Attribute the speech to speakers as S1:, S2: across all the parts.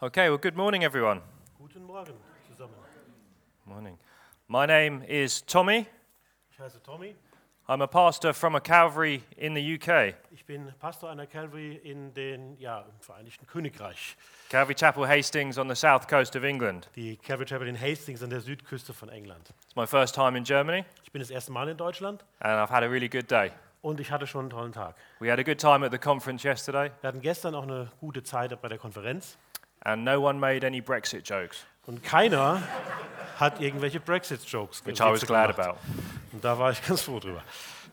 S1: Okay, well, good morning, everyone.
S2: Guten Morgen zusammen.
S1: Morning. My name is Tommy.
S2: Ich heiße Tommy.
S1: I'm a pastor from a Calvary in the UK.
S2: Ich bin Pastor einer Calvary in den, ja, im Vereinigten Königreich.
S1: Calvary Chapel Hastings on the south coast of England.
S2: Die Calvary Chapel in Hastings an der Südküste von England.
S1: It's my first time in Germany,
S2: Ich bin das erste Mal in Deutschland
S1: and I've had a really good day.
S2: und ich hatte schon einen tollen Tag.
S1: We had a good time at the conference yesterday,
S2: Wir hatten gestern auch eine gute Zeit bei der Konferenz
S1: and no one made any Brexit jokes,
S2: und keiner hat irgendwelche Brexit-Jokes
S1: which I was glad about.
S2: gemacht. Und da war ich ganz froh drüber.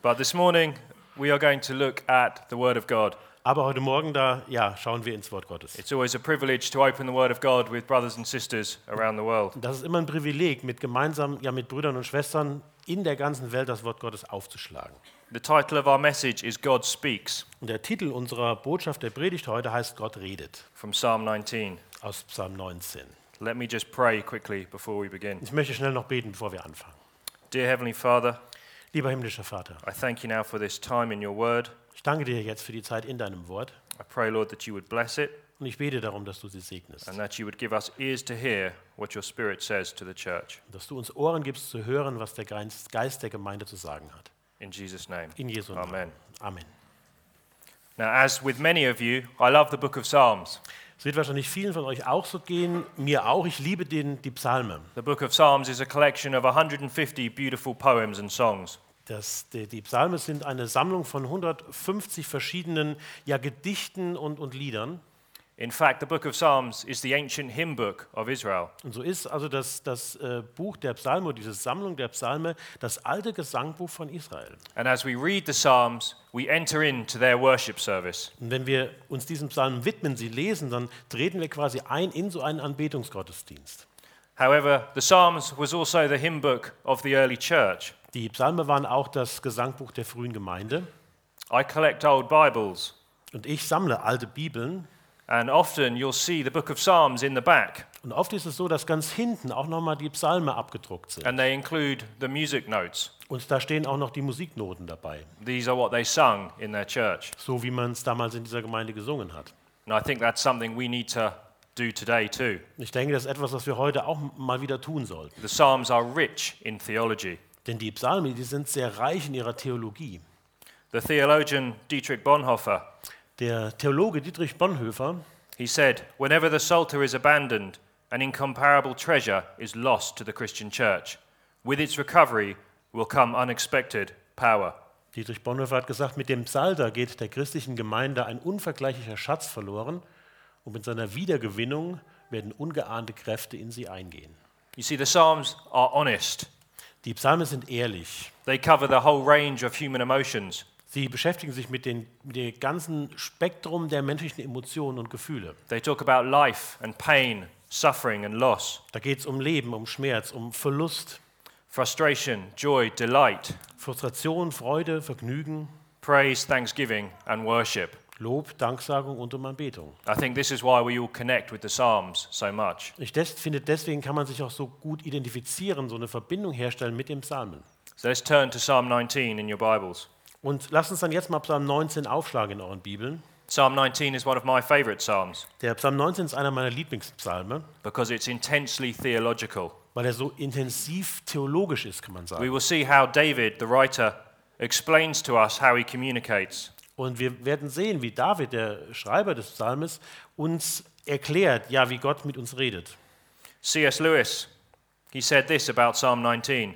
S1: But this morning, we are going to look at the Word of God.
S2: Aber heute Morgen, da ja, schauen wir ins Wort Gottes.
S1: It's always a privilege to open the Word of God with brothers and sisters around the world.
S2: Das ist immer ein Privileg, mit gemeinsam, ja, mit Brüdern und Schwestern in der ganzen Welt das Wort Gottes aufzuschlagen.
S1: The title of our message is God Speaks
S2: Und der Titel unserer Botschaft der Predigt heute heißt Gott redet
S1: from Psalm 19.
S2: aus Psalm 19.
S1: Let me just pray quickly before we begin.
S2: Ich möchte schnell noch beten, bevor wir anfangen.
S1: Dear Heavenly Father,
S2: Lieber himmlischer Vater,
S1: I thank you now for this time in your word.
S2: ich danke dir jetzt für die Zeit in deinem Wort
S1: I pray, Lord, that you would bless it
S2: und ich bete darum, dass du sie segnest,
S1: and that you would give us ears to hear what your Spirit says to the church.
S2: dass du uns Ohren gibst zu hören, was der Geist Geist der Gemeinde zu sagen hat.
S1: In Jesus' name.
S2: In Jesu Namen.
S1: Amen.
S2: Amen.
S1: Now, as with many of you, I love the book of Psalms.
S2: Es wird wahrscheinlich vielen von euch auch so gehen, mir auch. Ich liebe den, die Psalme.
S1: The book of Psalms is a collection of 150 beautiful poems and songs.
S2: Das, die, die Psalme sind eine Sammlung von 150 verschiedenen ja, Gedichten und, und Liedern.
S1: In fact, the book of Psalms is the ancient hymn book of Israel.
S2: Und so ist also das, das äh, Buch der Psalme, diese Sammlung der Psalme, das alte Gesangbuch von Israel.
S1: And as we read the Psalms, we enter into their worship service.
S2: Und wenn wir uns diesem Psalm widmen, sie lesen, dann treten wir quasi ein in so einen Anbetungsgottesdienst.
S1: However, the Psalms was also the hymn book of the early church.
S2: Die Psalme waren auch das Gesangbuch der frühen Gemeinde.
S1: I collect old Bibles,
S2: Und ich sammle alte Bibeln.
S1: and often you'll see the book of Psalms in the back,
S2: Und oft ist es so, dass ganz hinten auch nochmal die Psalme abgedruckt sind.
S1: and they include the music notes.
S2: Und da stehen auch noch die Musiknoten dabei,
S1: These are what they sung in their church.
S2: so wie man es damals in dieser Gemeinde gesungen hat.
S1: And I think that's something we need to do today too.
S2: Ich denke, das ist etwas, was wir heute auch mal wieder tun sollten.
S1: The Psalms are rich in theology.
S2: Denn die Psalmen, die sind sehr reich in ihrer Theologie.
S1: The theologian Dietrich Bonhoeffer,
S2: Der Theologe Dietrich Bonhoeffer,
S1: he said, Whenever the Psalter is abandoned, an incomparable treasure is lost to the Christian church. With its recovery will come unexpected power.
S2: Dietrich Bonhoeffer hat gesagt, mit dem Psalter geht der christlichen Gemeinde ein unvergleichlicher Schatz verloren und mit seiner Wiedergewinnung werden ungeahnte Kräfte in sie eingehen.
S1: You see, the Psalms are honest.
S2: Die Psalmen sind ehrlich.
S1: They cover the whole range of human emotions.
S2: Sie beschäftigen sich mit, den, mit dem ganzen Spektrum der menschlichen Emotionen und Gefühle.
S1: They talk about life and pain, suffering and loss,
S2: Da geht es um Leben, um Schmerz, um Verlust,
S1: frustration, joy, delight,
S2: Frustration, Freude, Vergnügen,
S1: praise, thanksgiving, and worship.
S2: Lob, Danksagung und um Anbetung.
S1: I think this is why we all connect with the Psalms so much.
S2: Ich des, finde, deswegen kann man sich auch so gut identifizieren, so eine Verbindung herstellen mit dem Psalmen.
S1: So let's turn to Psalm 19 in your Bibles.
S2: Und lasst uns dann jetzt mal Psalm 19 aufschlagen in euren Bibeln.
S1: Psalm 19 is one of my favorite Psalms
S2: Der Psalm 19 ist einer meiner Lieblingspsalme,
S1: because it's intensely theological.
S2: weil er so intensiv theologisch ist, kann man
S1: We
S2: sagen.
S1: will see how David, the writer, explains to us how he communicates.
S2: Und wir werden sehen, wie David, der Schreiber des Psalmes, uns erklärt, ja, wie Gott mit uns redet.
S1: C.S. Lewis, he said this about Psalm 19.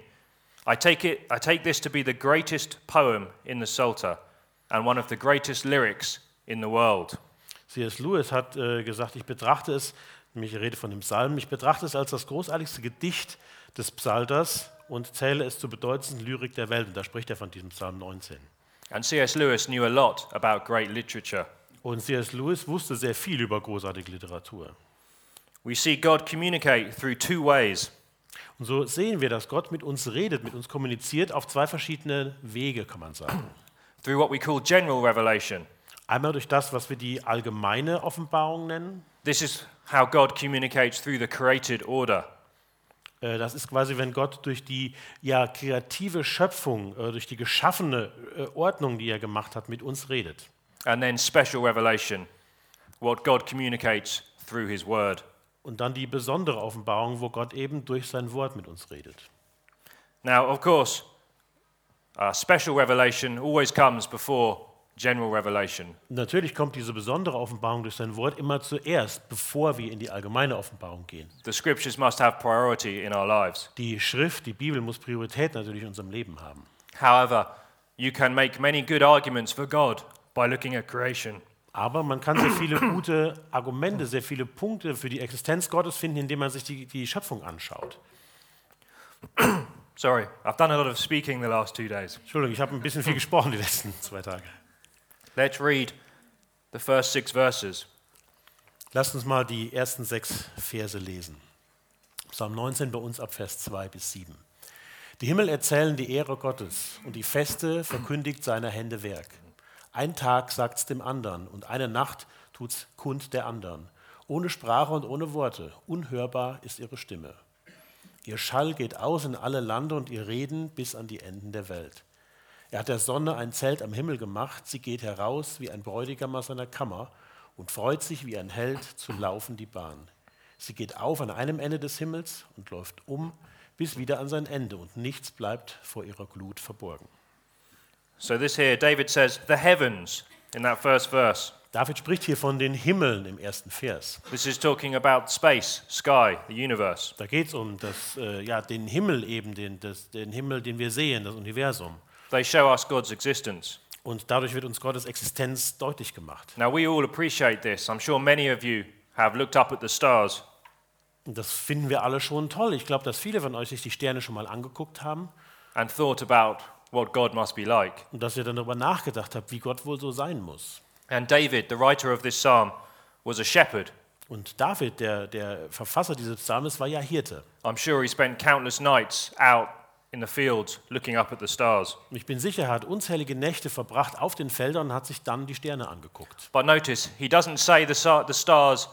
S1: I take, it, I take this to be the greatest poem in the Psalter and one of the greatest lyrics in the world.
S2: C.S. Lewis hat äh, gesagt, ich betrachte es, nämlich ich rede von dem Psalm, ich betrachte es als das großartigste Gedicht des Psalters und zähle es zur bedeutendsten Lyrik der Welt. Und da spricht er von diesem Psalm 19.
S1: And C.S. Lewis knew a lot about great literature.
S2: Und C.S. Lewis wusste sehr viel über großartige Literatur.
S1: We see God communicate through two ways.
S2: Und so sehen wir, dass Gott mit uns redet, mit uns kommuniziert auf zwei verschiedene Wege, kann man sagen.
S1: Through what we call general revelation.
S2: Einmal durch das, was wir die allgemeine Offenbarung nennen.
S1: This is how God communicates through the created order.
S2: Äh, Das ist quasi, wenn Gott durch die ja, kreative Schöpfung, äh, durch die geschaffene äh, Ordnung, die er gemacht hat, mit uns redet.
S1: And then special revelation, what God communicates through his word.
S2: Und dann die besondere Offenbarung, wo Gott eben durch sein Wort mit uns redet.
S1: Now, of course, uh, special revelation always comes before general revelation.
S2: Natürlich kommt diese besondere Offenbarung durch sein Wort immer zuerst, bevor wir in die allgemeine Offenbarung gehen.
S1: The scriptures must have priority in our lives.
S2: Die Schrift, die Bibel muss Priorität natürlich in unserem Leben haben.
S1: However, you can make many good arguments for God by looking at creation.
S2: Aber man kann sehr viele gute Argumente, sehr viele Punkte für die Existenz Gottes finden, indem man sich die, die Schöpfung anschaut.
S1: Sorry, I've done a lot of speaking the last two days.
S2: Entschuldigung, ich habe ein bisschen viel gesprochen die letzten zwei Tage.
S1: Let's read the first six verses.
S2: Lasst uns mal die ersten sechs Verse lesen. Psalm 19 bei uns ab Vers 2 bis 7. Die Himmel erzählen die Ehre Gottes und die Feste verkündigt seiner Hände Werk. Ein Tag sagt's dem anderen und eine Nacht tut's kund der anderen. Ohne Sprache und ohne Worte, unhörbar ist ihre Stimme. Ihr Schall geht aus in alle Lande und ihr Reden bis an die Enden der Welt. Er hat der Sonne ein Zelt am Himmel gemacht, sie geht heraus wie ein Bräutigam aus seiner Kammer und freut sich wie ein Held zu laufen die Bahn. Sie geht auf an einem Ende des Himmels und läuft um bis wieder an sein Ende und nichts bleibt vor ihrer Glut verborgen.
S1: So, this here, David says, the heavens in that first verse.
S2: David spricht hier von den Himmeln im ersten Vers.
S1: This is talking about space, sky, the universe.
S2: Da geht es um das, äh, ja, den Himmel eben, den, das, den Himmel, den wir sehen, das Universum.
S1: They show us God's existence.
S2: Und dadurch wird uns Gottes Existenz deutlich gemacht.
S1: Now, we all appreciate this. I'm sure many of you have looked up at the stars.
S2: Und das finden wir alle schon toll. Ich glaube, dass viele von euch sich die Sterne schon mal angeguckt haben
S1: and thought about what God must be like.
S2: und dass ihr dann darüber nachgedacht habt, wie Gott wohl so sein muss.
S1: And David, the writer of this psalm, was a shepherd.
S2: Und David, der, der Verfasser dieses Psalms, war ja Hirte.
S1: I'm sure he spent countless nights out in the fields looking up at the stars.
S2: Und ich bin sicher, er hat unzählige Nächte verbracht auf den Feldern und hat sich dann die Sterne angeguckt.
S1: But notice, he doesn't say the, sa- the stars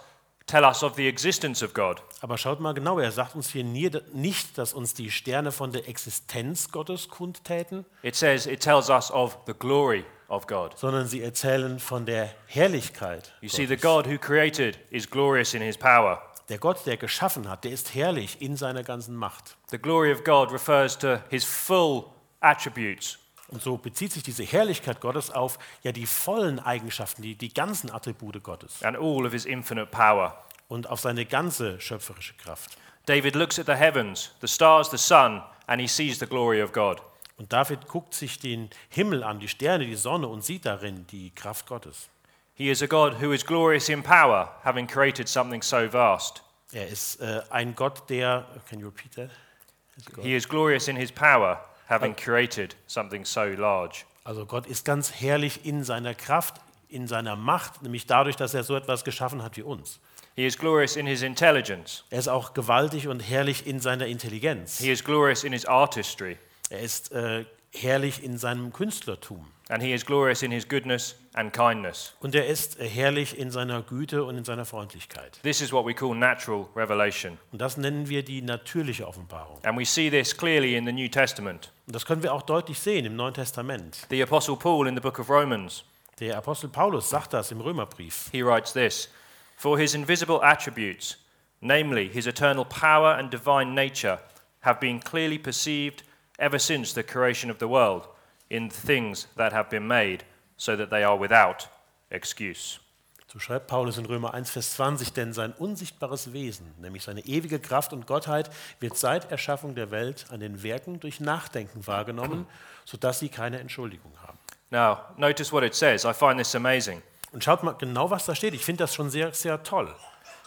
S1: tell us of the existence of God.
S2: Aber schaut mal genau, er sagt uns hier nie, nicht, dass uns die Sterne von der Existenz Gottes kundtäten,
S1: It says it tells us of the glory of God.
S2: sondern sie erzählen von der Herrlichkeit.
S1: You see, the God who created is glorious in his power.
S2: Der Gott, der geschaffen hat, der ist herrlich in seiner ganzen Macht.
S1: The glory of God refers to his full attributes.
S2: Und so bezieht sich diese Herrlichkeit Gottes auf ja die vollen Eigenschaften, die, die ganzen Attribute Gottes
S1: and all of his infinite power.
S2: und auf seine ganze schöpferische Kraft.
S1: David looks at the heavens, the stars, the sun, and he sees the glory of God.
S2: Und David guckt sich den Himmel an, die Sterne, die Sonne und sieht darin die Kraft Gottes.
S1: He is a God who is glorious in power, having created something so vast.
S2: Er ist äh, ein Gott, der, can you repeat that?
S1: He is glorious in his power, having created something so large.
S2: Also Gott ist ganz herrlich in seiner Kraft, in seiner Macht, nämlich dadurch, dass er so etwas geschaffen hat wie uns.
S1: He is glorious in his intelligence.
S2: Er ist auch gewaltig und herrlich in seiner Intelligenz.
S1: He is glorious in his artistry.
S2: Er ist äh, herrlich in seinem Künstlertum.
S1: And he is glorious in his goodness and kindness.
S2: Und er ist herrlich in seiner Güte und in seiner Freundlichkeit.
S1: This is what we call natural revelation.
S2: Und das nennen wir die natürliche Offenbarung.
S1: And we see this clearly in the New Testament.
S2: Und das können wir auch deutlich sehen im Neuen Testament.
S1: The Apostle Paul in the book of Romans
S2: Der Apostel Paulus sagt das im Römerbrief.
S1: He writes this For his invisible attributes, namely his eternal power and divine nature, have been clearly perceived ever since the creation of the world in things that have been made, so that they are without excuse.
S2: So schreibt Paulus in Römer 1, Vers 20, denn sein unsichtbares Wesen, nämlich seine ewige Kraft und Gottheit, wird seit Erschaffung der Welt an den Werken durch Nachdenken wahrgenommen, sodass sie keine Entschuldigung haben.
S1: Now, notice what it says. I find this amazing.
S2: Und schaut mal genau, was da steht. Ich finde das schon sehr, sehr toll.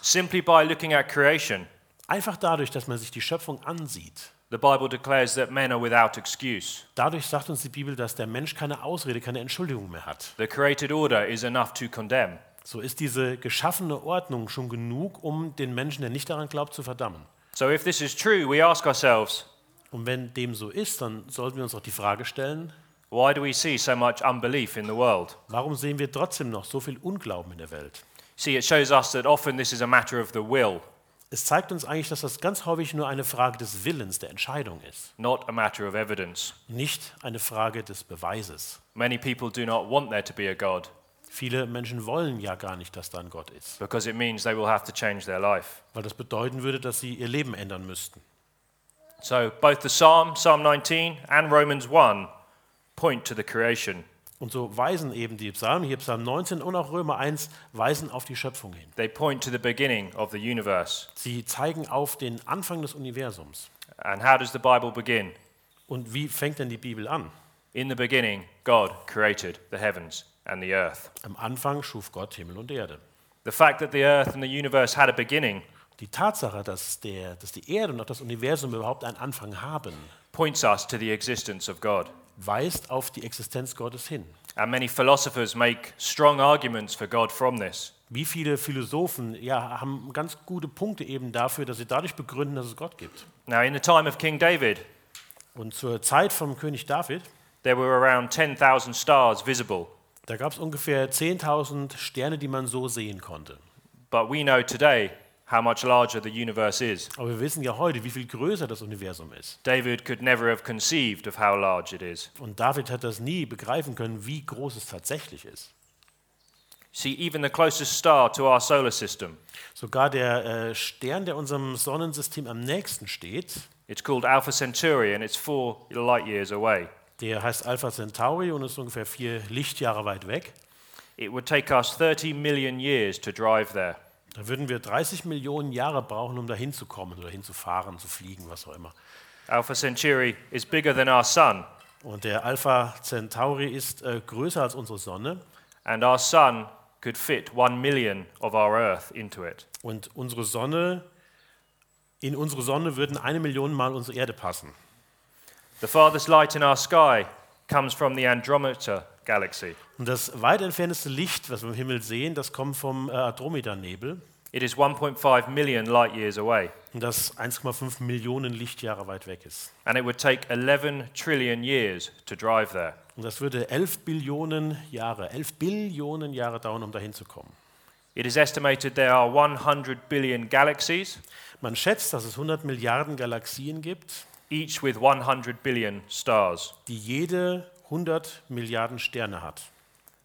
S1: Simply by looking at creation,
S2: Einfach dadurch, dass man sich die Schöpfung ansieht,
S1: the Bible declares that men are without excuse.
S2: Dadurch sagt uns die Bibel, dass der Mensch keine Ausrede, keine Entschuldigung mehr hat.
S1: The created order is enough to condemn.
S2: So ist diese geschaffene Ordnung schon genug, um den Menschen, der nicht daran glaubt, zu verdammen.
S1: So, if this is true, we ask ourselves,
S2: Und wenn dem so ist, dann sollten wir uns auch die Frage stellen,
S1: why do we see so much unbelief in the world?
S2: warum sehen wir trotzdem noch so viel Unglauben in der Welt?
S1: See, it shows us that often this is a matter of the will,
S2: Es zeigt uns eigentlich, dass das ganz häufig nur eine Frage des Willens, der Entscheidung ist,
S1: not a matter of evidence.
S2: nicht eine Frage des Beweises.
S1: Many people do not want there to be a God.
S2: Viele Menschen wollen ja gar nicht, dass da ein Gott ist,
S1: because it means they will have to change their life.
S2: weil das bedeuten würde, dass sie ihr Leben ändern müssten.
S1: So both the Psalm, Psalm 19, and Romans 1 point to the creation.
S2: Und so weisen eben die Psalmen, hier Psalm 19 und auch Römer 1, weisen auf die Schöpfung hin.
S1: They point to the beginning of the universe.
S2: Sie zeigen auf den Anfang des Universums.
S1: And how does the Bible begin?
S2: Und wie fängt denn die Bibel an?
S1: In the beginning, God created the heavens and the earth.
S2: Am Anfang schuf Gott Himmel und Erde.
S1: The fact that the earth and the universe had a beginning
S2: Die Tatsache, dass, der, dass die Erde und auch das Universum überhaupt einen Anfang haben,
S1: points us to the existence of God.
S2: weist auf die Existenz Gottes hin.
S1: And many philosophers make strong arguments for God from this.
S2: Wie viele Philosophen ja, haben ganz gute Punkte eben dafür, dass sie dadurch begründen, dass es Gott gibt.
S1: Now, in the time of King David,
S2: Und zur Zeit vom König David,
S1: there were around 10,000 stars visible.
S2: da gab es ungefähr 10.000 Sterne, die man so sehen konnte.
S1: But we know today how much larger the universe is.
S2: Aber wir wissen ja heute, wie viel größer das Universum ist.
S1: David could never have conceived of how large it is.
S2: Und David hat das nie begreifen können, wie groß es tatsächlich ist.
S1: See, even the closest star to our solar system,
S2: Sogar der äh, Stern, der unserem Sonnensystem am nächsten steht,
S1: it's called Alpha Centauri and it's four light years away.
S2: der heißt Alpha Centauri und ist ungefähr vier Lichtjahre weit weg.
S1: It would take us 30 million years to drive there.
S2: Da würden wir 30 Millionen Jahre brauchen, um da hinzukommen oder hinzufahren, zu fliegen, was auch immer.
S1: Alpha Centauri is bigger than our sun,
S2: Und der Alpha Centauri ist äh, größer als unsere Sonne
S1: and our sun could fit 1 million of our Earth into it.
S2: und unsere Sonne, in unsere Sonne würden eine Million Mal unsere Erde passen.
S1: The farthest light in our sky comes from the Andromeda galaxy.
S2: Und das weit entfernteste Licht, was wir im Himmel sehen, das kommt vom äh, Andromeda-Nebel
S1: It is 1.5 million light years away,
S2: und das 1,5 Millionen Lichtjahre weit weg ist.
S1: and it would take 11 trillion years to drive there.
S2: Und das würde 11 Billionen Jahre, 11 Billionen Jahre dauern, um dahin zu kommen.
S1: It is estimated there are 100 billion galaxies,
S2: Man schätzt, dass es 100 Milliarden Galaxien gibt,
S1: each with 100 billion stars.
S2: die jede 100 Milliarden Sterne hat.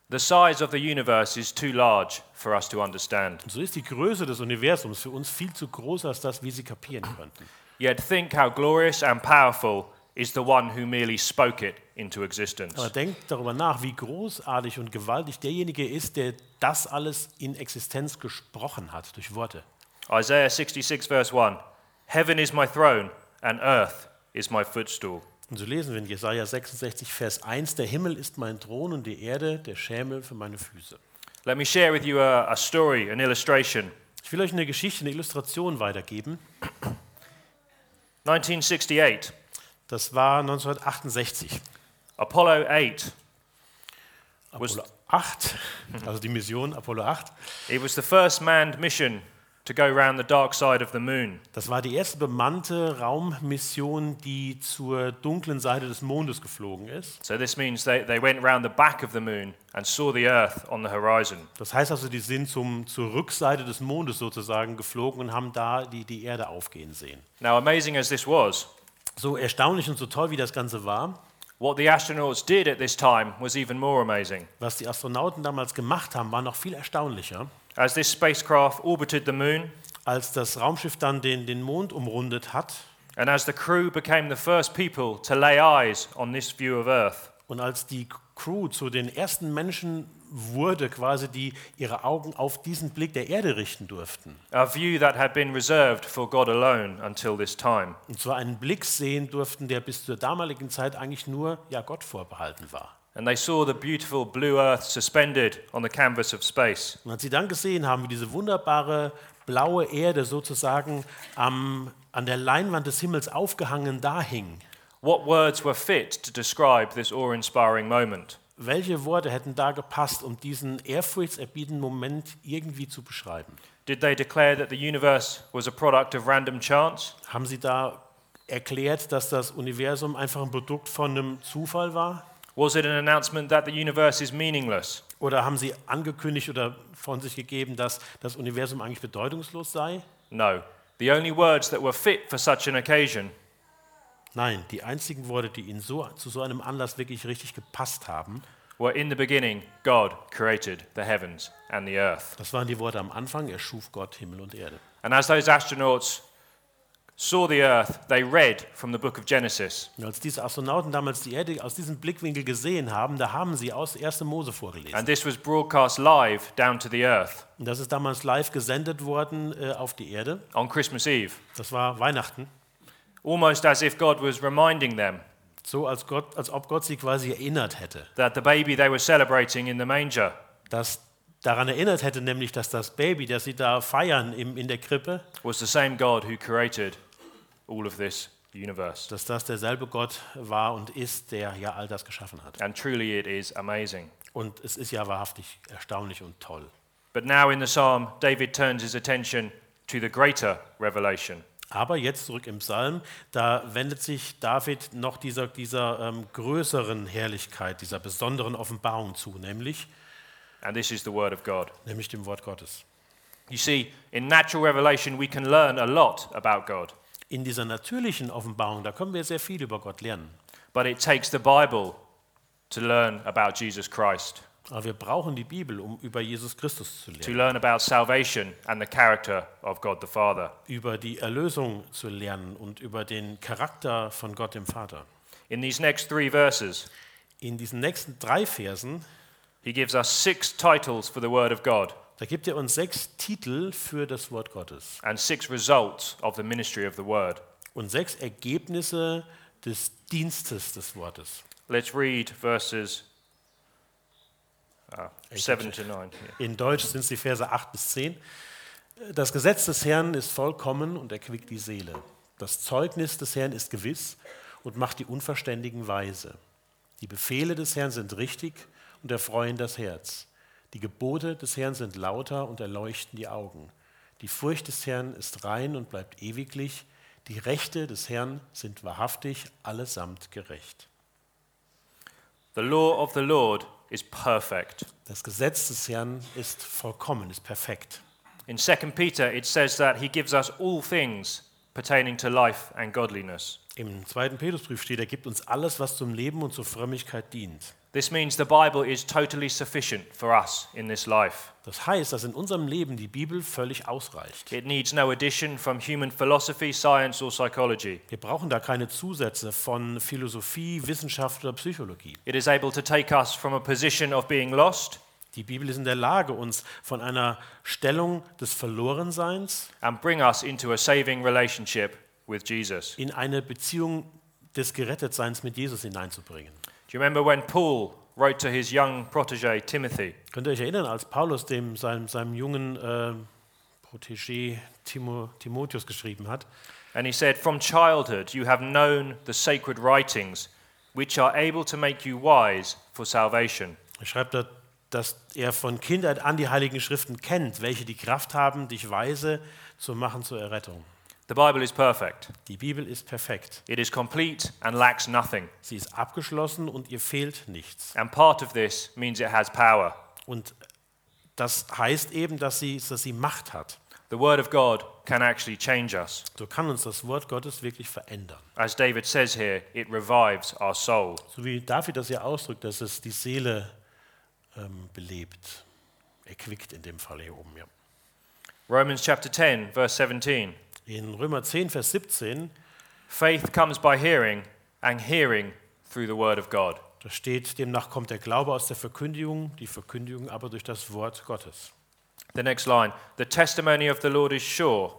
S1: The size of the universe is too large for us to understand.
S2: Und so ist die Größe des Universums für uns viel zu groß als das, wie sie kapieren könnten.
S1: Yet think how glorious and powerful is the one who merely spoke it into existence.
S2: Aber denkt darüber nach, wie großartig und gewaltig derjenige ist, der das alles in Existenz gesprochen hat durch Worte.
S1: Isaiah 66, verse 1 Heaven is my throne, and earth is my footstool.
S2: Und so lesen wir in Jesaja 66, Vers 1: Der Himmel ist mein Thron und die Erde der Schemel für meine Füße.
S1: Let me share with you a, a story, an illustration.
S2: Ich will euch eine Geschichte, eine Illustration weitergeben.
S1: 1968,
S2: Das war 1968.
S1: Apollo 8.
S2: Apollo 8, also die Mission Apollo 8.
S1: It was the first manned mission to go round the dark side of the moon.
S2: Das war die erste bemannte Raummission, die zur dunklen Seite des Mondes geflogen ist.
S1: So this means they, they went round the back of the moon and saw the earth on the horizon.
S2: Das heißt also, die sind zum, zur Rückseite des Mondes sozusagen geflogen und haben da die, die Erde aufgehen sehen.
S1: Now, amazing as this was,
S2: So erstaunlich und so toll, wie das Ganze war,
S1: what the astronauts did at this time was even more amazing.
S2: was die Astronauten damals gemacht haben, war noch viel erstaunlicher.
S1: As this spacecraft orbited the moon,
S2: Als das Raumschiff dann den, den Mond umrundet hat
S1: and as the crew became the first people to lay eyes on this view of Earth,
S2: und als die Crew zu den ersten Menschen wurde, quasi die ihre Augen auf diesen Blick der Erde richten durften.
S1: a view that had been reserved for God alone until this time.
S2: Und zwar einen Blick sehen durften, der bis zur damaligen Zeit eigentlich nur ja, Gott vorbehalten war.
S1: And they saw the beautiful blue Earth suspended on the canvas of space.
S2: Und als sie dann gesehen haben, wie diese wunderbare blaue Erde sozusagen am, an der Leinwand des Himmels aufgehangen dahing,
S1: What words were fit to describe this awe inspiring moment?
S2: welche Worte hätten da gepasst, um diesen ehrfurchtserbietenden Moment irgendwie zu beschreiben?
S1: Did they declare that the universe was a product of random chance?
S2: Haben sie da erklärt, dass das Universum einfach ein Produkt von einem Zufall war?
S1: Was it an announcement that the universe is meaningless?
S2: Oder haben sie angekündigt oder von sich gegeben, dass das Universum eigentlich bedeutungslos sei?
S1: No. The only words that were fit for such an occasion
S2: Nein, die einzigen Worte, die ihnen so, zu so einem Anlass wirklich richtig gepasst haben,
S1: were in the beginning God created the heavens and the earth.
S2: Das waren die Worte am Anfang, er schuf Gott Himmel und Erde.
S1: And as those astronauts saw the earth, they read from the book of Genesis.
S2: Und als diese Astronauten damals die Erde aus diesem Blickwinkel gesehen haben, da haben sie aus 1. Mose vorgelesen.
S1: And this was broadcast live down to the earth
S2: Und das ist damals live gesendet worden äh, auf die Erde.
S1: on Christmas Eve,
S2: Das war Weihnachten.
S1: almost as if God was reminding them
S2: So als, Gott, als ob Gott sie quasi erinnert hätte.
S1: that the baby they were celebrating in the manger
S2: Dass daran erinnert hätte nämlich, dass das Baby, das sie da feiern im, in der Krippe,
S1: was the same God who created all of this universe.
S2: dass das derselbe Gott war und ist, der ja all das geschaffen hat.
S1: And truly, it is amazing.
S2: Und es ist ja wahrhaftig erstaunlich und toll.
S1: But now in the psalm, David turns his attention to the greater revelation.
S2: Aber jetzt zurück im Psalm, da wendet sich David noch dieser, dieser ähm, größeren Herrlichkeit, dieser besonderen Offenbarung zu, nämlich,
S1: And this is the Word of God.
S2: nämlich dem Wort Gottes.
S1: You see, in natural revelation, we can learn a lot about God,
S2: In dieser natürlichen Offenbarung, da können wir sehr viel über Gott lernen.
S1: but it takes the Bible to learn about Jesus Christ,
S2: Aber wir brauchen die Bibel, um über Jesus Christus zu
S1: to
S2: lernen,
S1: learn about salvation and the character of God the Father.
S2: über die Erlösung zu lernen und über den Charakter von Gott dem Vater.
S1: In these next three verses,
S2: In diesen nächsten drei Versen,
S1: he gives us six titles for the Word of God
S2: da gibt er uns sechs Titel für das Wort Gottes
S1: and six results of the ministry of the Word.
S2: und sechs Ergebnisse des Dienstes des Wortes.
S1: Let's read verses uh, 7 to 9. yeah.
S2: In Deutsch sind es die Verse 8 bis 10. Das Gesetz des Herrn ist vollkommen und erquickt die Seele. Das Zeugnis des Herrn ist gewiss und macht die Unverständigen weise. Die Befehle des Herrn sind richtig und erfreuen das Herz. Die Gebote des Herrn sind lauter und erleuchten die Augen. Die Furcht des Herrn ist rein und bleibt ewiglich. Die Rechte des Herrn sind wahrhaftig allesamt gerecht.
S1: The law of the Lord is perfect.
S2: Das Gesetz des Herrn ist vollkommen, ist perfekt.
S1: In 2 Peter, it says that he gives us all things pertaining to life and godliness.
S2: Im zweiten Petrusbrief steht, er gibt uns alles, was zum Leben und zur Frömmigkeit dient.
S1: This means the Bible is totally sufficient for us in this life.
S2: Das heißt, dass in unserem Leben die Bibel völlig ausreicht.
S1: It needs no addition from human philosophy, science, or psychology.
S2: Wir brauchen da keine Zusätze von Philosophie, Wissenschaft oder Psychologie.
S1: It is able to take us from a position of being lost
S2: Die Bibel ist in der Lage, uns von einer Stellung des Verlorenseins
S1: and bring us into a saving relationship with Jesus.
S2: in eine Beziehung des Gerettetseins mit Jesus hineinzubringen.
S1: Do you remember when Paul wrote to his young protege Timothy?
S2: Könnt ihr euch erinnern, als Paulus dem, seinem, seinem jungen äh, Protégé Timo, Timotheus geschrieben hat,
S1: And he said, From childhood you have known the sacred writings, which are able to make you wise for salvation.
S2: Er schreibt da, dass er von Kindheit an die Heiligen Schriften kennt, welche die Kraft haben, dich weise zu machen zur Errettung.
S1: The Bible is perfect,
S2: Die Bibel ist perfekt.
S1: it is complete and lacks nothing.
S2: Sie ist abgeschlossen und ihr fehlt nichts.
S1: And part of this means it has power.
S2: Und das heißt eben, dass sie, dass sie Macht hat.
S1: The Word of God can actually change us.
S2: So kann uns das Wort Gottes wirklich verändern.
S1: As David says here, it revives our soul.
S2: So wie David das ja ausdrückt, dass es die Seele ähm, belebt, erquickt in dem Fall hier oben. Ja.
S1: Romans chapter 10, verse 17
S2: In Römer 10, Vers 17
S1: Faith comes by hearing, and hearing through the Word of God.
S2: Da steht, demnach kommt der Glaube aus der Verkündigung, die Verkündigung aber durch das Wort Gottes.
S1: The next line The testimony of the Lord is sure,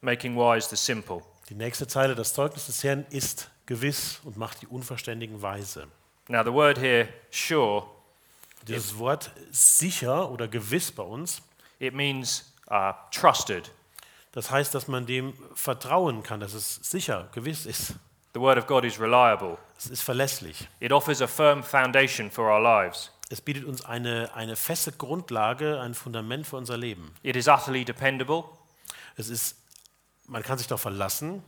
S1: making wise the simple.
S2: Die nächste Zeile, das Zeugnis des Herrn ist gewiss und macht die Unverständigen weise.
S1: Now, the word here, sure,
S2: Dieses Wort sicher oder gewiss bei uns,
S1: it means uh, trusted.
S2: das heißt, dass man dem vertrauen kann, dass es sicher, gewiss ist.
S1: The word of God is reliable.
S2: Es ist verlässlich.
S1: It offers a firm foundation for our lives.
S2: Es bietet uns eine, eine feste Grundlage, ein Fundament für unser Leben.
S1: It is utterly dependable,
S2: Es ist, man kann sich darauf verlassen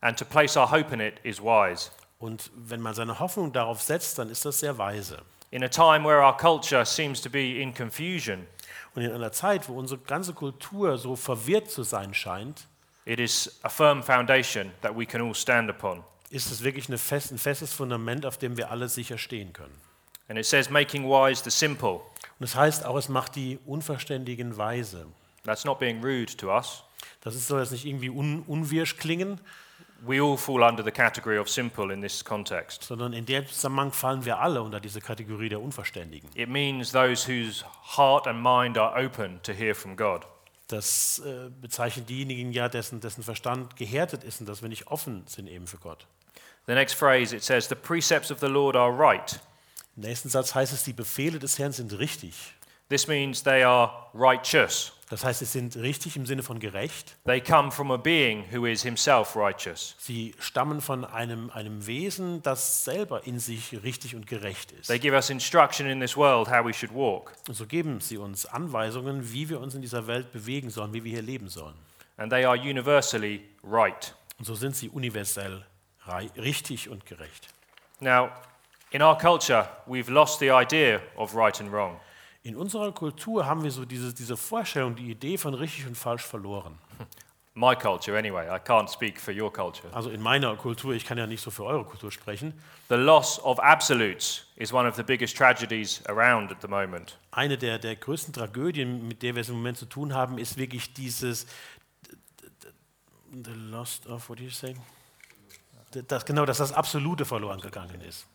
S1: and to place our hope in it is wise.
S2: und wenn man seine Hoffnung darauf setzt, dann ist das sehr weise.
S1: In a time where our culture seems to be in confusion,
S2: Und in einer Zeit, wo unsere ganze Kultur so verwirrt zu sein scheint,
S1: it is a firm foundation that we can all stand upon.
S2: ist es wirklich eine fest, ein festes Fundament, auf dem wir alle sicher stehen können.
S1: And it says, making wise the simple.
S2: Und es heißt auch, es macht die Unverständigen weise.
S1: That's not being rude to us.
S2: Das ist, soll jetzt nicht irgendwie un, unwirsch klingen,
S1: We all fall under the category of simple in this context.
S2: sondern in dem Zusammenhang fallen wir alle unter diese Kategorie der Unverständigen.
S1: It means those whose heart and mind are open to hear from God.
S2: Das äh, bezeichnet diejenigen ja, dessen, dessen Verstand gehärtet ist und dass wir nicht offen sind eben für Gott.
S1: The next phrase it says, The precepts of the Lord are right.
S2: Im nächsten Satz heißt es, die Befehle des Herrn sind richtig.
S1: This means they are righteous.
S2: Das heißt, sie sind richtig im Sinne von gerecht.
S1: They come from a being who is himself righteous.
S2: Sie stammen von einem, einem Wesen, das selber in sich richtig und gerecht ist.
S1: They give us instruction in this world how we should walk,
S2: Und so geben sie uns Anweisungen, wie wir uns in dieser Welt bewegen sollen, wie wir hier leben sollen.
S1: and they are universally right.
S2: Und so sind sie universell rei- richtig und gerecht.
S1: Now, in our culture, we've lost the idea of right and wrong.
S2: In unserer Kultur haben wir so diese, diese Vorstellung, die Idee von richtig und falsch verloren.
S1: My culture, anyway, I can't speak for your culture.
S2: Also in meiner Kultur, ich kann ja nicht so für eure Kultur sprechen,
S1: The loss of absolutes is one of the biggest tragedies around at the moment.
S2: eine der, der größten Tragödien, mit der wir es im Moment zu tun haben, ist wirklich dieses The lost of, what do you say? Das, genau, dass das Absolute verloren gegangen ist.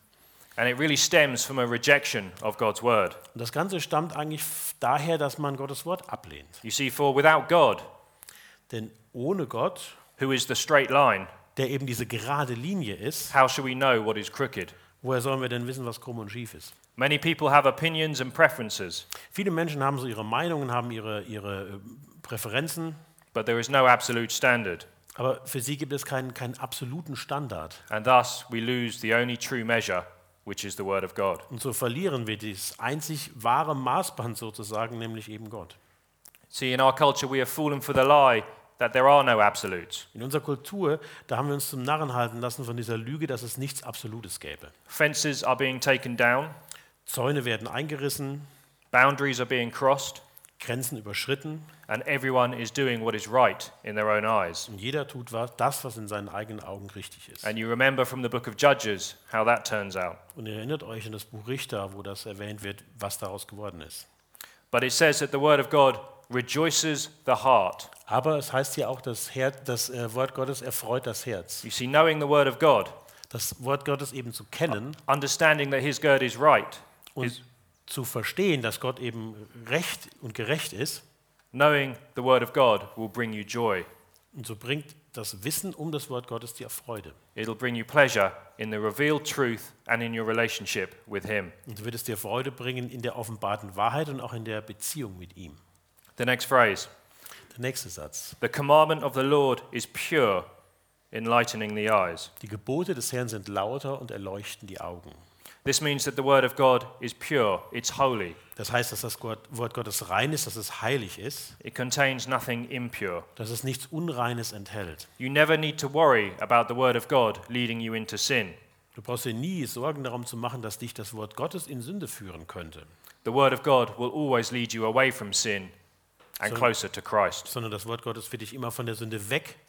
S1: And it really stems from a rejection of God's word.
S2: Und das Ganze stammt eigentlich f- daher, dass man Gottes Wort ablehnt.
S1: You see, for without God,
S2: Denn ohne Gott,
S1: who is the straight line,
S2: der eben diese gerade Linie ist,
S1: how shall we know what is crooked?
S2: woher sollen wir denn wissen, was krumm und schief ist?
S1: Many people have opinions and preferences,
S2: Viele Menschen haben so ihre Meinungen, haben ihre, ihre äh, Präferenzen,
S1: but there is no absolute standard,
S2: aber für sie gibt es keinen, keinen absoluten Standard.
S1: and thus we lose the only true measure, which is the word of God.
S2: Und so verlieren wir dieses einzig wahre Maßband sozusagen, nämlich eben Gott.
S1: See, in our culture, we have fallen for the lie that there are no absolutes.
S2: In unserer Kultur, da haben wir uns zum Narren halten lassen von dieser Lüge, dass es nichts Absolutes gäbe.
S1: Fences are being taken down,
S2: Zäune werden eingerissen,
S1: boundaries are being crossed,
S2: Grenzen überschritten
S1: and everyone is doing what is right in their own eyes.
S2: und jeder tut was, das, was in seinen eigenen Augen richtig ist.
S1: And you remember from the book of Judges how that turns out.
S2: Und ihr erinnert euch an das Buch Richter, wo das erwähnt wird, was daraus geworden ist.
S1: But it says that the word of God rejoices the heart.
S2: Aber es heißt hier auch, das, Herz, das äh, Wort Gottes erfreut das Herz.
S1: You see, knowing the word of God,
S2: Das Wort Gottes eben zu kennen
S1: understanding that his God is right,
S2: und zu verstehen, dass Gott eben recht und gerecht ist.
S1: knowing the word of God will bring you joy.
S2: Und so bringt das Wissen um das Wort Gottes dir Freude.
S1: It'll bring you pleasure in the revealed truth and in your relationship with him.
S2: Und so wird es dir Freude bringen in der offenbarten Wahrheit und auch in der Beziehung mit ihm.
S1: The next phrase
S2: Der nächste Satz.
S1: The commandment of the Lord is pure, enlightening the eyes.
S2: Die Gebote des Herrn sind lauter und erleuchten die Augen.
S1: This means that the word of God is pure, it's holy,
S2: Das heißt, dass das Gott- Wort Gottes rein ist, dass es heilig ist,
S1: it contains nothing impure.
S2: dass es nichts Unreines enthält.
S1: You never need to worry about the word of God leading you into sin.
S2: Du brauchst dir nie Sorgen darum zu machen, dass dich das Wort Gottes in Sünde führen könnte,
S1: The word of God will always lead you away from sin and closer to Christ.
S2: sondern das Wort Gottes wird dich immer von der Sünde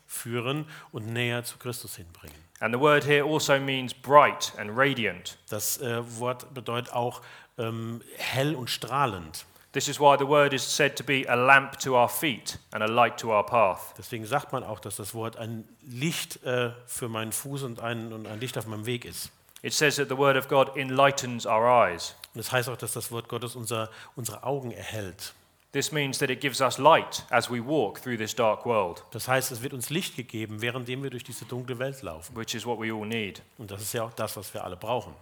S2: wegführen und näher zu Christus hinbringen.
S1: And the word here also means bright and radiant.
S2: Das äh, Wort bedeutet auch ähm, hell und strahlend.
S1: This is why the word is said to be a lamp to our feet and a light to our path.
S2: Deswegen sagt man auch, dass das Wort ein Licht äh, für meinen Fuß und ein, und ein Licht auf meinem Weg ist.
S1: It says that the word of God enlightens our eyes.
S2: Und das heißt auch, dass das Wort Gottes unser, unsere Augen erhält.
S1: This means that it gives us light as we walk through this dark world,
S2: Das heißt, es wird uns Licht gegeben, währenddem wir durch diese dunkle Welt laufen.
S1: which is what we all need.
S2: Und das ist ja auch das, was wir alle brauchen.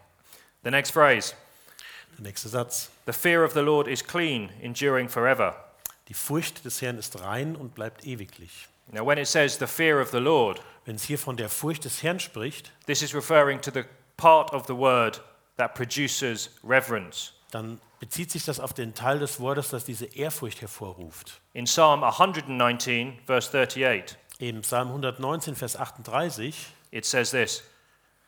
S1: The next phrase
S2: Der nächste Satz.
S1: The fear of the Lord is clean, enduring forever.
S2: Die Furcht des Herrn ist rein und bleibt ewiglich.
S1: Now, when it says the fear of the Lord,
S2: Wenn es hier von der Furcht des Herrn spricht,
S1: this is referring to the part of the word that produces reverence.
S2: dann bezieht sich das auf den Teil des Wortes, das diese Ehrfurcht hervorruft.
S1: In Psalm 119, verse 38,
S2: Im Psalm 119, Vers 38,
S1: it says this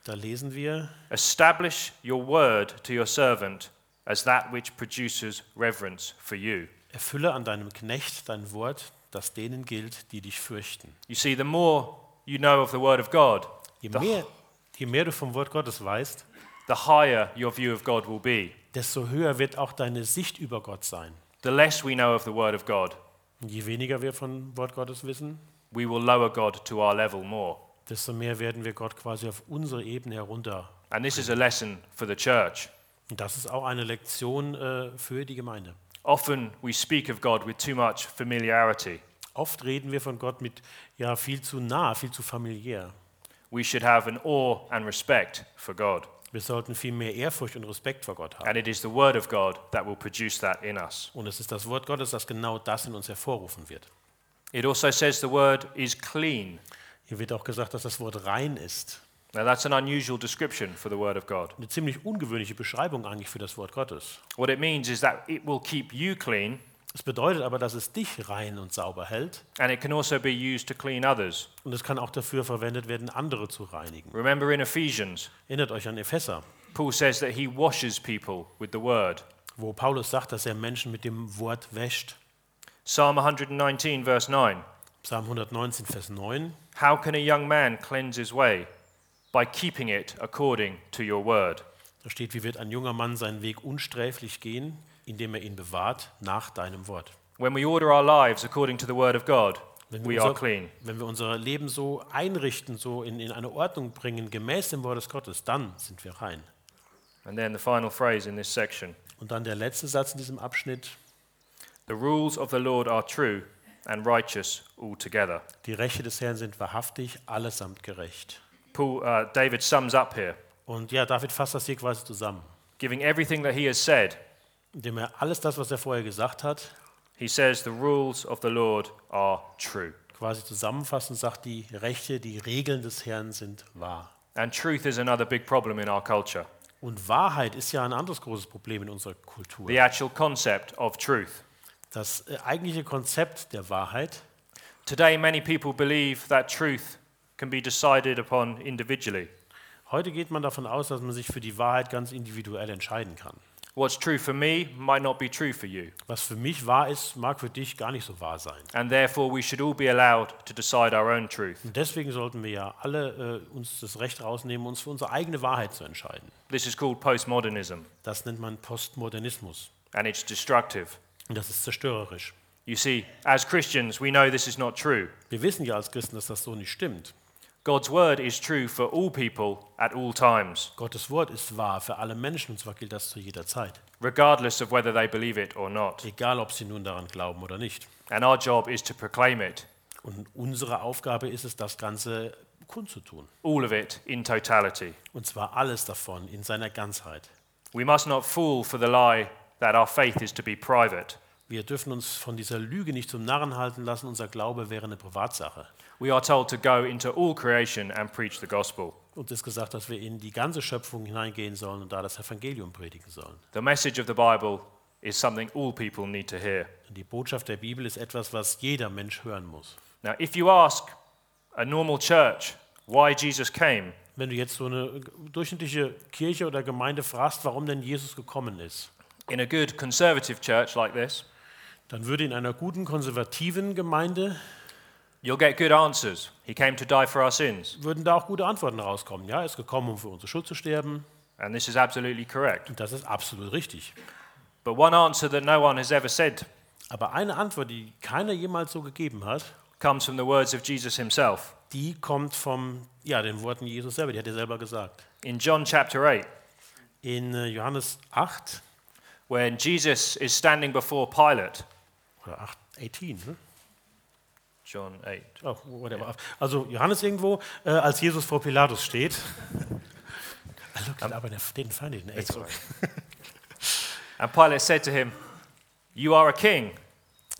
S2: da lesen wir,
S1: Establish your word to your servant as that which produces reverence for you.
S2: Erfülle an deinem Knecht dein Wort, das denen gilt, die dich fürchten.
S1: You see, the more you know of the word of God,
S2: Je
S1: the,
S2: mehr, je mehr du vom Wort Gottes weißt,
S1: the higher your view of God will be.
S2: desto höher wird auch deine Sicht über Gott sein.
S1: The less we know of the Word of God,
S2: Und je weniger wir von Wort Gottes wissen,
S1: we will lower God to our level more.
S2: desto mehr werden wir Gott quasi auf unsere Ebene herunter.
S1: And this is a lesson for the church.
S2: Und das ist auch eine Lektion äh, für die Gemeinde.
S1: Often we speak of God with too much familiarity.
S2: Oft reden wir von Gott mit ja viel zu nah, viel zu familiär.
S1: We should have an awe and respect for God.
S2: Wir sollten viel mehr Ehrfurcht und Respekt vor Gott haben.
S1: And it is the Word of God that will produce that in us.
S2: Und es ist das Wort Gottes, das genau das in uns hervorrufen wird.
S1: It also says the Word is clean.
S2: Hier wird auch gesagt, dass das Wort rein ist.
S1: Now, that's an unusual description for the Word of God.
S2: Eine ziemlich ungewöhnliche Beschreibung eigentlich für das Wort Gottes.
S1: What it means is that it will keep you clean,
S2: Es bedeutet aber, dass es dich rein und sauber hält.
S1: and it can also be used to clean others.
S2: Und es kann auch dafür verwendet werden, andere zu reinigen.
S1: Remember in Ephesians,
S2: Erinnert euch an Epheser,
S1: Paul says that he washes people with the Word.
S2: wo Paulus sagt, dass er Menschen mit dem Wort wäscht.
S1: Psalm 119, verse 9.
S2: Psalm 119, Vers 9.
S1: How can a young man cleanse his way? By keeping it according to your word.
S2: Da steht, wie wird ein junger Mann seinen Weg unsträflich gehen, indem er ihn bewahrt nach deinem Wort.
S1: When we order our lives according to the word of God, we are clean.
S2: wenn wir unser Leben so einrichten, so in, in eine Ordnung bringen, gemäß dem Wort des Gottes, dann sind wir rein.
S1: And then the final phrase in this section
S2: Und dann der letzte Satz in diesem Abschnitt.
S1: The rules of the Lord are true and righteous altogether.
S2: Die Rechte des Herrn sind wahrhaftig, allesamt gerecht.
S1: Paul, uh, David sums up here,
S2: Und ja, David fasst das hier quasi zusammen.
S1: giving everything that he has said.
S2: Indem er alles das, was er vorher gesagt hat,
S1: He says, The rules of the Lord are true.
S2: quasi zusammenfassend sagt, die Rechte, die Regeln des Herrn sind wahr.
S1: And truth is another big problem in our culture
S2: Und Wahrheit ist ja ein anderes großes Problem in unserer Kultur.
S1: the actual concept of truth.
S2: Das äh, eigentliche Konzept der Wahrheit.
S1: Today, many people believe that truth can be decided upon individually.
S2: Heute geht man davon aus, dass man sich für die Wahrheit ganz individuell entscheiden kann.
S1: What's true for me might not be true for you,
S2: Was für mich wahr ist, mag für dich gar nicht so wahr sein.
S1: and therefore we should all be allowed to decide our own truth.
S2: Und deswegen sollten wir ja alle äh, uns das Recht rausnehmen, uns für unsere eigene Wahrheit zu entscheiden.
S1: This is called postmodernism,
S2: Das nennt man Postmodernismus.
S1: and it's destructive.
S2: Und das ist zerstörerisch.
S1: You see, as Christians, we know this is not true.
S2: Wir wissen ja als Christen, dass das so nicht stimmt.
S1: God's word is true for all people at all times,
S2: Gottes Wort ist wahr für alle Menschen und zwar gilt das zu jeder Zeit.
S1: regardless of whether they believe it or not.
S2: Egal, ob sie nun daran glauben oder nicht.
S1: And our job is to proclaim it,
S2: Und unsere Aufgabe ist es, das Ganze kundzutun.
S1: all of it in totality.
S2: Und zwar alles davon in seiner Ganzheit.
S1: We must not fall for the lie that our faith is to be private.
S2: Wir dürfen uns von dieser Lüge nicht zum Narren halten lassen. Unser Glaube wäre eine Privatsache.
S1: We are told to go into all creation and preach the gospel.
S2: Uns ist gesagt, dass wir in die ganze Schöpfung hineingehen sollen und da das Evangelium predigen sollen.
S1: The message of the Bible is something all people need to hear.
S2: Und die Botschaft der Bibel ist etwas, was jeder Mensch hören muss.
S1: Now, if you ask a normal church why Jesus came,
S2: Wenn du jetzt so eine durchschnittliche Kirche oder Gemeinde fragst, warum denn Jesus gekommen ist,
S1: in a good conservative church like this,
S2: dann würde in einer guten konservativen Gemeinde
S1: you'll get good answers. He came to die for our sins.
S2: würden da auch gute Antworten rauskommen. Ja, er ist gekommen, um für unsere Schuld zu sterben.
S1: And this is absolutely correct.
S2: Und das ist absolut richtig.
S1: But one answer that no one has ever said
S2: Aber eine Antwort, die keiner jemals so gegeben hat,
S1: comes from the words of Jesus himself.
S2: die kommt vom, ja, den Worten Jesus selber, die hat er selber gesagt.
S1: In John chapter 8,
S2: In äh, Johannes 8
S1: when Jesus is standing before Pilate,
S2: oder 8, 18, ne?
S1: John 8,
S2: Oh, whatever. Also Johannes irgendwo, äh, als Jesus vor Pilatus steht. Ah, Look, aber der- den fand ich. Ne? Ey, sorry.
S1: and Pilate said to him, You are a king.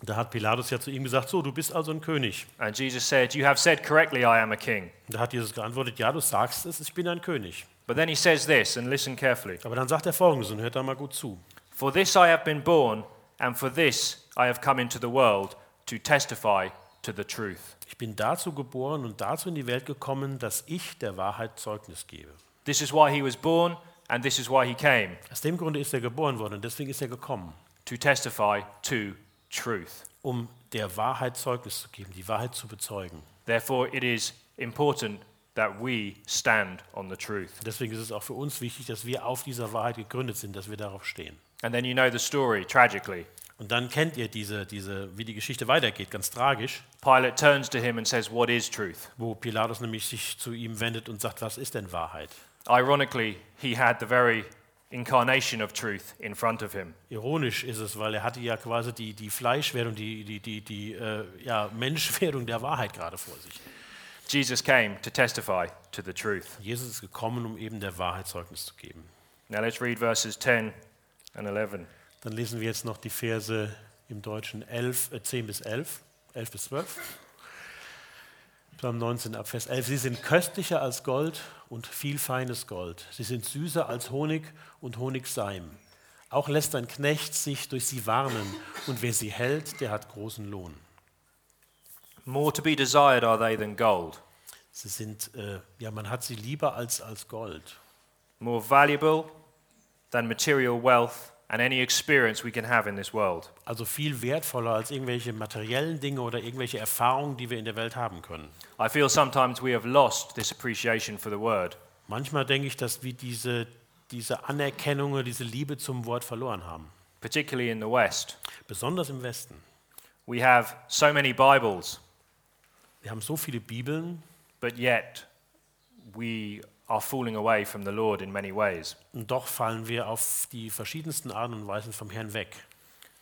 S2: Da hat Pilatus ja zu ihm gesagt, so, du bist also ein König.
S1: And Jesus said, You have said correctly, I am a king.
S2: Da hat Jesus geantwortet, ja, du sagst es, ich bin ein König.
S1: But then he says this, and listen carefully
S2: Aber dann sagt er folgendes und hört da mal gut zu.
S1: For this I have been born, and for this I have come into the world to testify to the truth.
S2: Ich bin dazu geboren und dazu in die Welt gekommen, dass ich der Wahrheit Zeugnis gebe.
S1: This is why he was born, and this is why he came
S2: Aus dem Grunde ist er geboren worden und deswegen ist er gekommen,
S1: to testify to truth.
S2: um der Wahrheit Zeugnis zu geben, die Wahrheit zu bezeugen.
S1: Therefore, it is important that we stand on the truth.
S2: Deswegen ist es auch für uns wichtig, dass wir auf dieser Wahrheit gegründet sind, dass wir darauf stehen.
S1: And then you know the story, tragically.
S2: Und dann kennt ihr diese, diese, wie die Geschichte weitergeht, ganz tragisch,
S1: Pilate turns to him and says, What is truth?
S2: wo Pilatus nämlich sich zu ihm wendet und sagt, was ist denn Wahrheit?
S1: Ironically, he had the very incarnation of truth in front of him.
S2: Ironisch ist es, weil er hatte ja quasi die, die Fleischwerdung, die, die, die, die äh, ja, Menschwerdung der Wahrheit gerade vor sich.
S1: Jesus came to testify to the truth.
S2: Jesus ist gekommen, um eben der Wahrheit Zeugnis zu geben.
S1: Now let's read verses 10 and 11.
S2: Dann lesen wir jetzt noch die Verse im Deutschen 11, äh, 10 bis 11, 11 bis 12. Psalm 19 ab Vers 11. Sie sind köstlicher als Gold und viel feines Gold. Sie sind süßer als Honig und Honigseim. Auch lässt ein Knecht sich durch sie warnen. Und wer sie hält, der hat großen Lohn.
S1: More to be desired are they than gold,
S2: Sie sind, äh, ja, man hat sie lieber als, als Gold.
S1: more valuable than material wealth and any experience we can have in this world.
S2: Also viel wertvoller als irgendwelche materiellen Dinge oder irgendwelche Erfahrungen, die wir in der Welt haben können.
S1: I feel sometimes we have lost this appreciation for the word.
S2: Manchmal denke ich, dass wir diese, diese Anerkennung oder diese Liebe zum Wort verloren haben.
S1: particularly in the West.
S2: Besonders im Westen.
S1: We have so many Bibles,
S2: Wir haben so viele Bibeln
S1: but yet we are falling away from the Lord in many ways.
S2: und doch fallen wir auf die verschiedensten Arten und Weisen vom Herrn weg.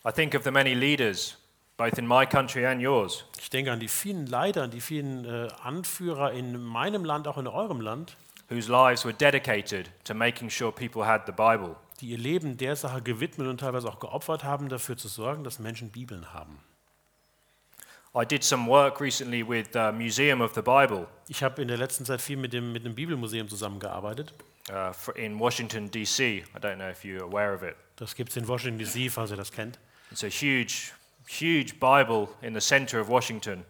S1: I think of the many leaders, both in my country and yours,
S2: Ich denke an die vielen Leiter, an die vielen äh, Anführer in meinem Land, auch in eurem Land,
S1: whose lives were dedicated to making sure people had the Bible.
S2: die ihr Leben der Sache gewidmet und teilweise auch geopfert haben, dafür zu sorgen, dass Menschen Bibeln haben.
S1: I did some work recently with the Museum of the Bible
S2: Ich habe in der letzten Zeit viel mit dem, mit dem Bibelmuseum zusammengearbeitet.
S1: uh, for, in Washington, D.C. I don't know if you're aware of it.
S2: Das gibt es in Washington DC, falls ihr das kennt.
S1: It's a huge, huge Bible in the center of Washington,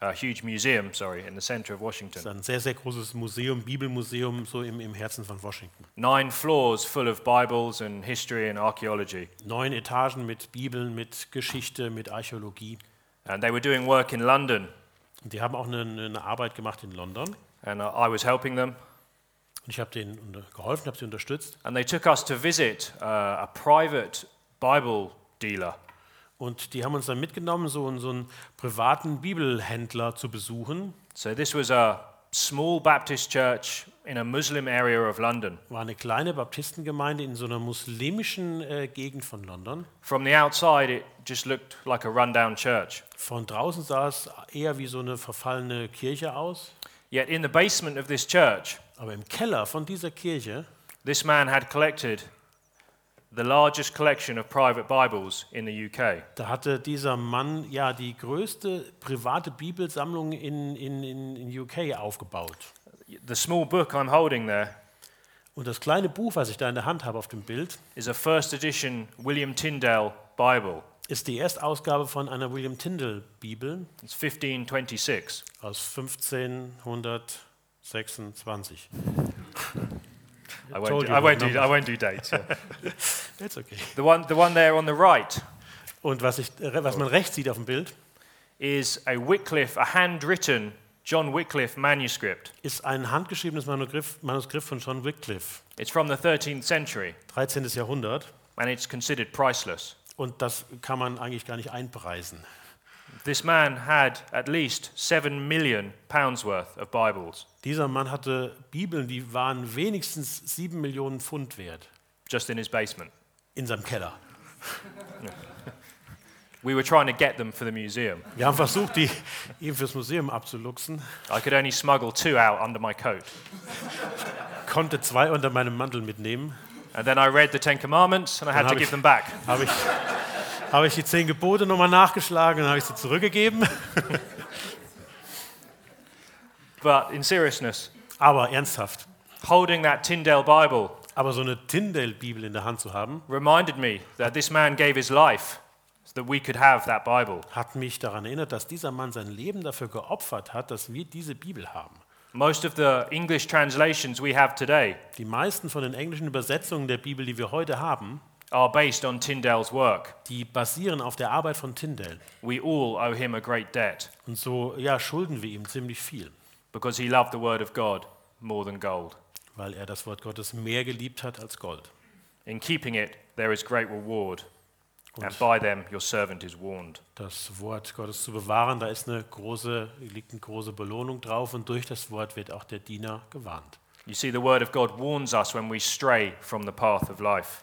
S1: a huge museum, sorry, in the center of Washington.
S2: Das ist ein sehr, sehr großes Museum, Bibelmuseum, so im, im Herzen von Washington.
S1: Nine floors full of Bibles and history and archaeology.
S2: Neun Etagen mit Bibeln, mit Geschichte, mit Archäologie.
S1: And they were doing work in London,
S2: Und die haben auch eine, eine Arbeit gemacht in London. Und
S1: and I- I was helping them.
S2: ich habe denen unter- geholfen, habe sie unterstützt.
S1: And they took us to visit uh, a private Bible dealer.
S2: Und die haben uns dann mitgenommen, so, einen- so einen privaten Bibelhändler zu besuchen.
S1: So this was a small Baptist church in a Muslim area of London.
S2: War eine kleine Baptistengemeinde in so einer muslimischen äh, Gegend von London.
S1: From the outside, it just looked like a rundown church.
S2: Von draußen sah es eher wie so eine verfallene Kirche aus.
S1: Yet in the basement of this church,
S2: Aber im Keller von dieser Kirche
S1: this man had collected the largest collection of private Bibles in the UK.
S2: Da hatte dieser Mann ja die größte private Bibelsammlung in, in, in, in UK aufgebaut.
S1: The small book I'm holding there
S2: Und das kleine Buch, was ich da in der Hand habe auf dem Bild,
S1: is a first edition William Tyndale Bible.
S2: ist die Erstausgabe von einer William Tyndale Bibel
S1: It's 1526.
S2: aus 1526.
S1: I won't,
S2: Told
S1: do,
S2: you
S1: I
S2: the
S1: won't, do,
S2: number.
S1: I won't do dates. yeah.
S2: That's okay.
S1: the, one, the one there on the right
S2: Und was, ich, was man rechts sieht auf dem Bild,
S1: is a Wycliffe, a handwritten John Wycliffe manuscript.
S2: ist ein handgeschriebenes Manugrif- Manuskript von John Wycliffe,
S1: It's from the 13th century
S2: 13. Jahrhundert.
S1: and it's considered priceless.
S2: Und das kann man eigentlich gar nicht einpreisen.
S1: This man had at least seven million pounds worth of Bibles
S2: Dieser Mann hatte Bibeln, die waren wenigstens sieben Millionen Pfund wert
S1: just in his basement.
S2: in seinem Keller.
S1: We were trying to get them for the museum.
S2: Wir haben versucht, die ihm fürs Museum abzuluxen.
S1: I could only smuggle two out under my coat.
S2: Konnte zwei unter meinem Mantel mitnehmen.
S1: And then I read the Ten Commandments and I had
S2: Dann
S1: to
S2: hab
S1: give
S2: ich-
S1: them back.
S2: Habe ich, habe ich die zehn Gebote nochmal nachgeschlagen und habe ich sie zurückgegeben.
S1: But in seriousness,
S2: Aber ernsthaft,
S1: holding that Tyndale Bible
S2: aber so eine Tyndale-Bibel in der Hand zu haben,
S1: reminded me that this man gave his life so that we could have that Bible.
S2: hat mich daran erinnert, dass dieser Mann sein Leben dafür geopfert hat, dass wir diese Bibel haben.
S1: Most of the English translations we have today
S2: Die meisten von den englischen Übersetzungen der Bibel, die wir heute haben,
S1: are based on Tyndale's work.
S2: die basieren auf der Arbeit von Tyndale.
S1: We all owe him a great debt.
S2: Und so ja, schulden wir ihm ziemlich viel.
S1: because he loved the word of God more than gold.
S2: weil er das Wort Gottes mehr geliebt hat als Gold.
S1: In keeping it, there is great reward, and
S2: Und
S1: by them your servant is warned.
S2: das Wort Gottes zu bewahren, da ist eine große, liegt eine große Belohnung drauf und durch das Wort wird auch der Diener gewarnt.
S1: You see, the word of God warns us when we stray from the path of life.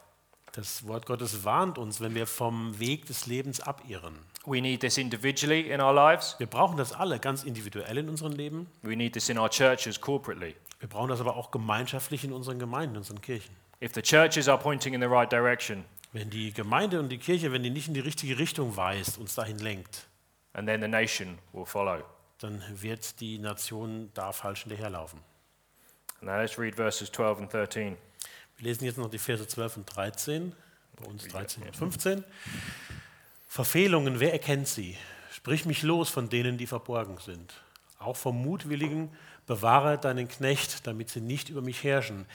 S2: Das Wort Gottes warnt uns, wenn wir vom Weg des Lebens abirren.
S1: We need this individually in our lives,
S2: Wir brauchen das alle ganz individuell in unserem Leben.
S1: we need this in our churches corporately.
S2: Wir brauchen das aber auch gemeinschaftlich in unseren Gemeinden, in unseren Kirchen.
S1: If the churches are pointing in the right direction,
S2: Wenn die Gemeinde und die Kirche, wenn die nicht in die richtige Richtung weist, uns dahin lenkt,
S1: and then the nation will follow.
S2: dann wird die Nation da falsch hinterherlaufen.
S1: Now let's read verses 12 and 13.
S2: Wir lesen jetzt noch die Verse 12 und 13, bei uns 13 und 15. Verfehlungen, wer erkennt sie? Sprich mich los von denen, die verborgen sind. Auch vom Mutwilligen bewahre deinen Knecht, damit sie nicht über mich herrschen.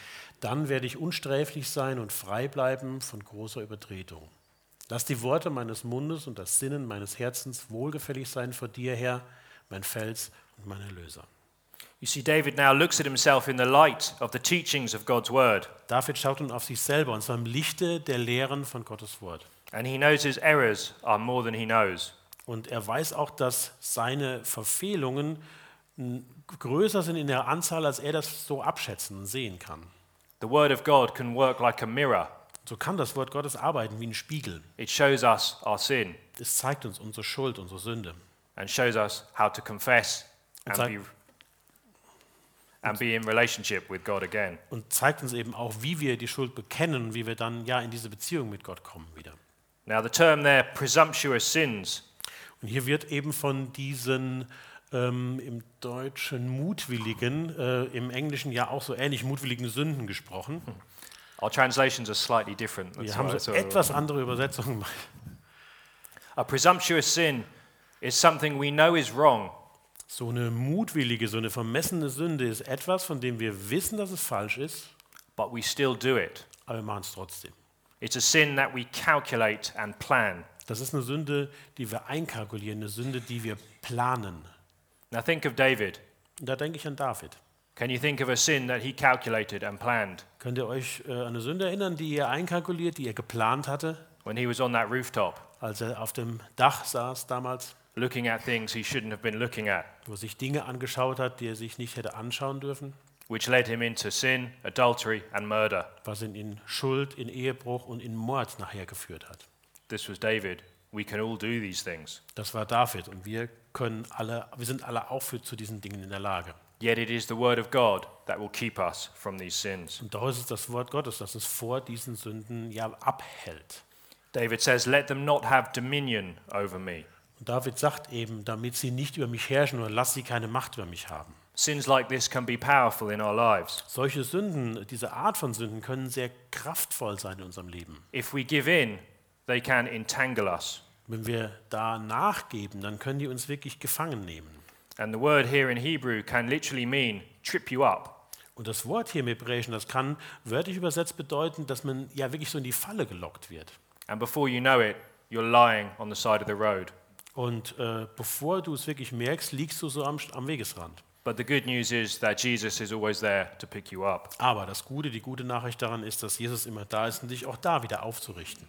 S2: Dann werde ich unsträflich sein und frei bleiben von großer Übertretung. Lass die Worte meines Mundes und das Sinnen meines Herzens wohlgefällig sein vor dir, Herr, mein Fels und mein Erlöser.
S1: You see, David now looks at himself in the light of the teachings of God's word,
S2: David schaut nun auf sich selber, und zwar im Lichte der Lehren von Gottes Wort.
S1: and he knows his errors are more than he knows.
S2: Und er weiß auch, dass seine Verfehlungen m, größer sind in der Anzahl, als er das so abschätzen und sehen kann.
S1: The word of God can work like a mirror,
S2: So kann das Wort Gottes arbeiten wie ein Spiegel.
S1: it shows us our sin
S2: Es zeigt uns unsere Schuld, unsere Sünde.
S1: and shows us how to confess and,
S2: It's like-
S1: be, and be in relationship with God again.
S2: Und zeigt uns eben auch, wie wir die Schuld bekennen, und wie wir dann ja in diese Beziehung mit Gott kommen wieder.
S1: Now, the term there, presumptuous sins,
S2: Und hier wird eben von diesen ähm, im Deutschen mutwilligen, äh, im Englischen ja auch so ähnlich mutwilligen Sünden gesprochen.
S1: our translations are slightly different.
S2: Wir
S1: that's why
S2: haben
S1: it's
S2: so
S1: all-
S2: etwas andere Übersetzungen.
S1: A presumptuous sin is something we know is wrong,
S2: So eine mutwillige, so eine vermessene Sünde ist etwas, von dem wir wissen, dass es falsch ist,
S1: but we still do it.
S2: aber wir machen es trotzdem.
S1: It's a sin that we calculate and plan.
S2: Das ist eine Sünde, die wir einkalkulieren, eine Sünde, die wir planen.
S1: Now, think of David.
S2: Und da denke ich an David.
S1: Can you think of a sin that he calculated and planned
S2: Könnt ihr euch äh, an eine Sünde erinnern, die ihr einkalkuliert, die ihr geplant hatte,
S1: when he was on that rooftop,
S2: als er auf dem Dach saß damals,
S1: looking at things he shouldn't have been looking at,
S2: wo er sich Dinge angeschaut hat, die er sich nicht hätte anschauen dürfen,
S1: which led him into sin, adultery, and murder?
S2: was ihn in Schuld, in Ehebruch und in Mord nachher geführt hat?
S1: This was David. We can all do these things.
S2: Das war David und wir können alle, wir sind alle auch für, zu diesen Dingen in der Lage.
S1: Yet it is the word of God that will keep us from these sins.
S2: Und daraus ist das Wort Gottes, das es vor diesen Sünden ja abhält.
S1: David says, Let them not have dominion over me.
S2: Und David sagt eben, damit sie nicht über mich herrschen oder lass sie keine Macht über mich haben.
S1: Sins like this can be powerful in our lives.
S2: Solche Sünden, diese Art von Sünden können sehr kraftvoll sein in unserem Leben.
S1: If we give in, they can entangle us.
S2: Wenn wir da nachgeben, dann können die uns wirklich gefangen nehmen.
S1: And the word here in Hebrew can literally mean trip you up.
S2: Und das Wort hier im Hebräischen, das kann wörtlich übersetzt bedeuten, dass man ja wirklich so in die Falle gelockt wird.
S1: And before you know it, you're lying on the side of the road.
S2: Und äh, bevor du es wirklich merkst, liegst du so am, am Wegesrand.
S1: But the good news is that Jesus is always there to pick you up.
S2: Aber das Gute, die gute Nachricht daran ist, dass Jesus immer da ist und dich auch da wieder aufzurichten.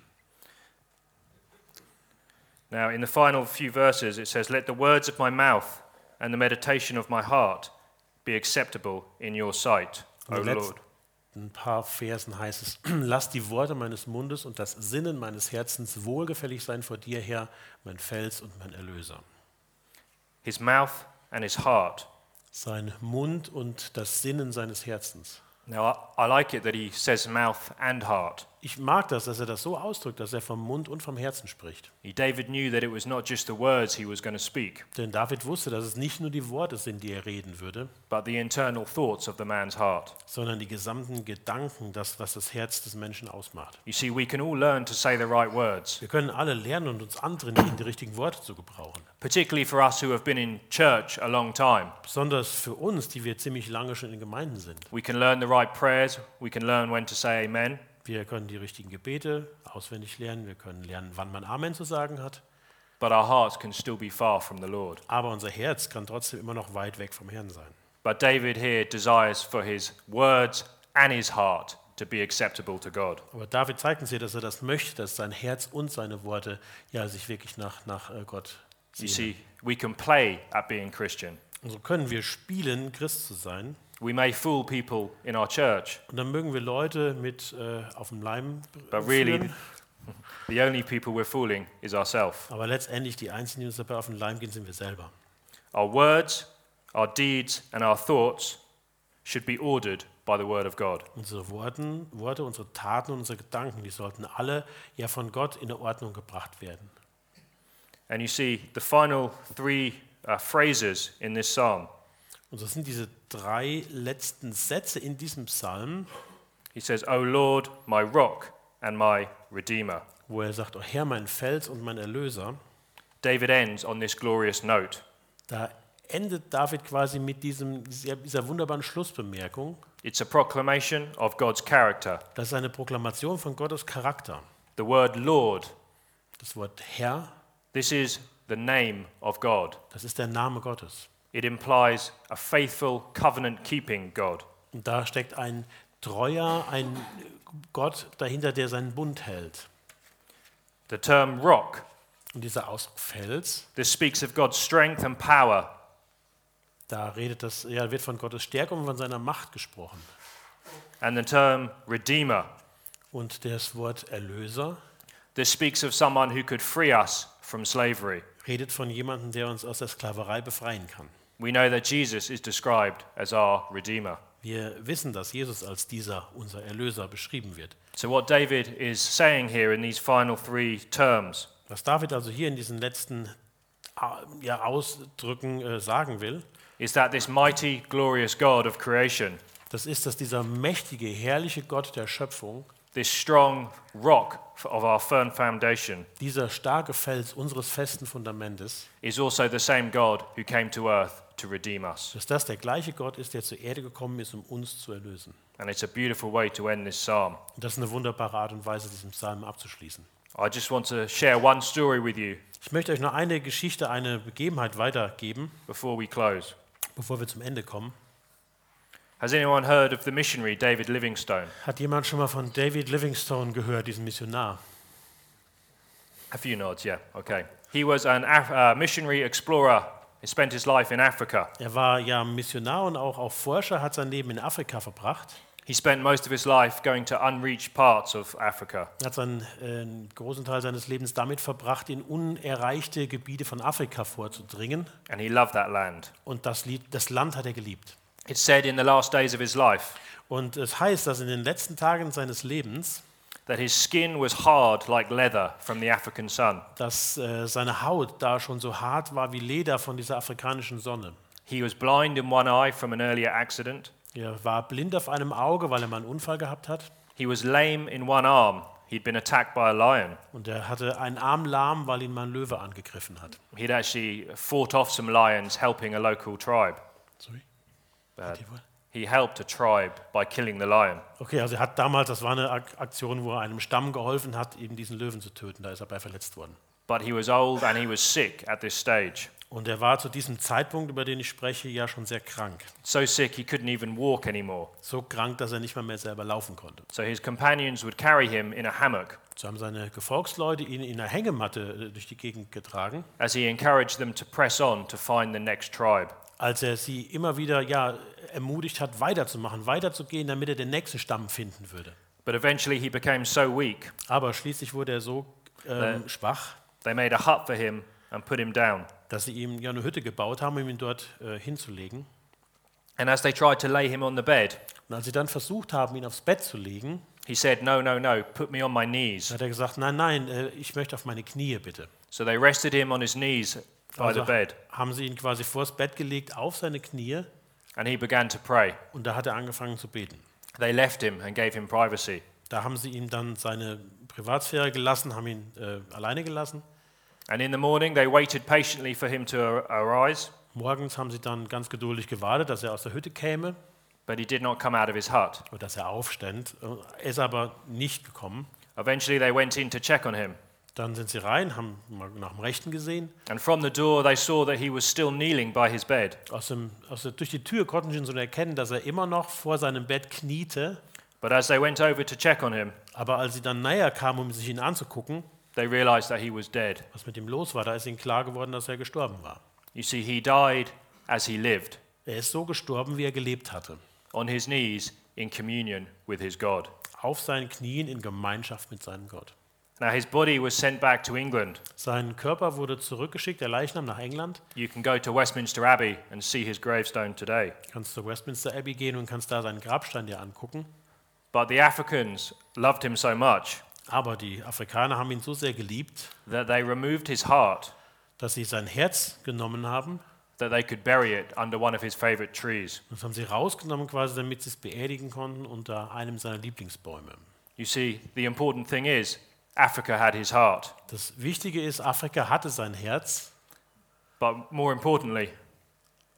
S1: Now, in the final few verses, it says, Let the words of my mouth and the meditation of my heart be acceptable in your sight, O
S2: Let's-
S1: Lord.
S2: Ein paar Versen heißt es, lass die Worte meines Mundes und das Sinnen meines Herzens wohlgefällig sein vor dir, Herr, mein Fels und mein Erlöser.
S1: His mouth and his heart.
S2: Sein Mund und das Sinnen seines Herzens.
S1: Now, I, I like it that he says mouth and heart.
S2: Ich mag das, dass er das so ausdrückt, dass er vom Mund und vom Herzen spricht.
S1: David knew that it was not just the words he was going to speak,
S2: Denn David wusste, dass es nicht nur die Worte sind, die er reden würde,
S1: but the internal thoughts of the man's heart.
S2: sondern die gesamten Gedanken, das, was das Herz des Menschen ausmacht.
S1: You see, we can all learn to say the right words,
S2: Wir können alle lernen und uns antrainieren, die richtigen Worte zu gebrauchen.
S1: particularly for us who have been in church a long time.
S2: Besonders für uns, die wir ziemlich lange schon in Gemeinden sind.
S1: We can learn the right prayers, we can learn when to say amen,
S2: Wir können die richtigen Gebete auswendig lernen, wir können lernen, wann man Amen zu sagen hat,
S1: but our hearts can still be far from the Lord.
S2: aber unser Herz kann trotzdem immer noch weit weg vom Herrn sein.
S1: But David here desires for his words and his heart to be acceptable to God.
S2: Aber David zeigt uns hier, dass er das möchte, dass sein Herz und seine Worte ja sich wirklich nach, nach äh, Gott
S1: You
S2: ziehen.
S1: see, we can play at being Christian.
S2: Und so können wir spielen, Christ zu sein.
S1: We may fool people in our church,
S2: Und dann mögen wir Leute mit äh, auf dem Leim
S1: but really,
S2: führen,
S1: the only people we're fooling is ourselves.
S2: aber letztendlich die Einzigen, die uns dabei auf den Leim gehen, sind wir selber.
S1: Our words, our deeds, and our thoughts should be ordered by the Word of God.
S2: Unsere Worten, Worte, unsere Taten und unsere Gedanken, die sollten alle ja von Gott in eine Ordnung gebracht werden.
S1: And you see, the final three uh, phrases in this psalm
S2: Und so sind diese drei letzten Sätze in diesem Psalm,
S1: he says, O Lord, my rock and my redeemer.
S2: wo er sagt, O Herr, mein Fels und mein Erlöser,
S1: David ends on this glorious note.
S2: da endet David quasi mit diesem, dieser dieser wunderbaren Schlussbemerkung.
S1: It's a proclamation of God's character.
S2: Das ist eine Proklamation von Gottes Charakter.
S1: The word Lord,
S2: Das Wort Herr,
S1: this is the name of God.
S2: das ist der Name Gottes.
S1: It implies a faithful, covenant keeping God.
S2: Und da steckt ein treuer, ein Gott dahinter, der seinen Bund hält.
S1: The term rock,
S2: Und dieser Ausdruck Fels,
S1: this speaks of God's strength and power.
S2: da redet das, ja, wird von Gottes Stärke und von seiner Macht gesprochen.
S1: And the term redeemer,
S2: Und das Wort Erlöser
S1: this speaks of someone who could free us from slavery.
S2: redet von jemandem, der uns aus der Sklaverei befreien kann.
S1: We know that Jesus is described as our redeemer.
S2: Wir wissen, dass Jesus als dieser, unser Erlöser, beschrieben wird.
S1: So, what David is saying here in these final three terms
S2: Was David also hier in diesen letzten ah, ja, Ausdrücken äh, sagen will,
S1: is that this mighty, glorious God of creation,
S2: das ist, dass dieser mächtige, herrliche Gott der Schöpfung,
S1: this strong rock of our firm foundation,
S2: dieser starke Fels unseres festen Fundamentes,
S1: is also the same God who came to earth to redeem us.
S2: dass das der gleiche Gott ist, der zur Erde gekommen ist, um uns zu erlösen.
S1: And it's a beautiful way to end this psalm.
S2: Und das ist eine wunderbare Art und Weise, diesen Psalm abzuschließen.
S1: I just want to share one story with you
S2: Ich möchte euch noch eine Geschichte, eine Begebenheit weitergeben,
S1: before we close.
S2: bevor wir zum Ende kommen.
S1: Has anyone heard of the missionary David Livingstone?
S2: Hat jemand schon mal von David Livingstone gehört, diesem Missionar?
S1: A few nods, yeah, okay. He was an Af- uh, missionary explorer. He spent his life in Africa.
S2: Er war ja Missionar und auch, auch Forscher, hat sein Leben in Afrika verbracht,
S1: He spent most of his life going to unreached parts of Africa.
S2: hat seinen äh, einen großen Teil seines Lebens damit verbracht, in unerreichte Gebiete von Afrika vorzudringen.
S1: and he loved that land.
S2: Und das, Lied, das Land hat er geliebt.
S1: It's said in the last days of his life
S2: Und es heißt, dass in den letzten Tagen seines Lebens,
S1: that his skin was hard like leather from the African sun.
S2: dass äh, seine Haut da schon so hart war wie Leder von dieser afrikanischen Sonne.
S1: He was blind in one eye from an earlier accident.
S2: Er war blind auf einem Auge, weil er mal einen Unfall gehabt hat.
S1: He was lame in one arm. He'd been attacked by a lion.
S2: Und er hatte einen Arm lahm, weil ihn mal ein Löwe angegriffen hat.
S1: He'd actually fought off some lions helping a local tribe.
S2: Sorry.
S1: He helped a tribe by killing the lion.
S2: Okay, also er hat damals, das war eine Ak- Aktion, wo er einem Stamm geholfen hat, eben diesen Löwen zu töten. Da ist er bei verletzt worden.
S1: But he was old and he was sick at this stage.
S2: Und er war zu diesem Zeitpunkt, über den ich spreche, ja schon sehr krank.
S1: So sick he couldn't even walk anymore.
S2: So krank, dass er nicht mal mehr selber laufen konnte.
S1: So his companions would carry him in a hammock
S2: So haben seine Gefolgsleute ihn in einer Hängematte äh, durch die Gegend getragen,
S1: as he encouraged them to press on to find the next tribe.
S2: als er sie immer wieder ja, ermutigt hat, weiterzumachen, weiterzugehen, damit er den nächsten Stamm finden würde.
S1: But eventually he became so weak,
S2: Aber schließlich wurde er so ähm, schwach,
S1: they made a hut for him and put him down.
S2: dass sie ihm ja eine Hütte gebaut haben, um ihn dort äh, hinzulegen.
S1: And as they tried to lay him on the bed,
S2: Und als sie dann versucht haben, ihn aufs Bett zu legen,
S1: he said, No, no, no, put me on my knees.
S2: Da hat er gesagt, nein, nein, äh, ich möchte auf meine Knie bitte.
S1: So they rested him on his knees by the
S2: Also
S1: bed,
S2: haben sie ihn quasi vors Bett gelegt, auf seine Knie,
S1: and he began to pray.
S2: und da hat er angefangen zu beten.
S1: They left him and gave him privacy.
S2: Da haben sie ihm dann seine Privatsphäre gelassen, haben ihn äh, alleine gelassen.
S1: And in the morning, they waited patiently for him to ar- arise,
S2: Morgens haben sie dann ganz geduldig gewartet, dass er aus der Hütte käme
S1: but he did not come out of his hut.
S2: oder dass er aufstand. Äh, Er ist aber nicht gekommen.
S1: Eventually, they went in to check on him,
S2: Dann sind sie rein, haben mal nach dem Rechten gesehen.
S1: And from the door, they saw that he was still kneeling by his bed.
S2: Aus dem, aus der, durch die Tür konnten sie schon erkennen, dass er immer noch vor seinem Bett kniete.
S1: But as they went over to check on him,
S2: Aber als sie dann näher kamen, um sich ihn anzugucken,
S1: they realized that he was dead.
S2: was mit ihm los war, da ist ihnen klar geworden, dass er gestorben war.
S1: You see, he died as he lived,
S2: Er ist so gestorben, wie er gelebt hatte.
S1: on his knees in communion with his God.
S2: Auf seinen Knien in Gemeinschaft mit seinem Gott.
S1: Now, his body was sent back to England.
S2: Sein Körper wurde zurückgeschickt, der Leichnam nach England.
S1: You can go to Westminster Abbey and see his gravestone today.
S2: Kannst zur Westminster Abbey gehen und kannst da seinen Grabstein dir angucken.
S1: But the Africans loved him so much
S2: Aber die Afrikaner haben ihn so sehr geliebt,
S1: that they removed his heart
S2: dass sie sein Herz genommen haben.
S1: that they could bury it under one of his favorite trees.
S2: Das haben sie rausgenommen quasi, damit sie es beerdigen konnten unter einem seiner Lieblingsbäume.
S1: You see, the important thing is Africa had his heart,
S2: Das Wichtige ist, Afrika hatte sein Herz,
S1: but more importantly,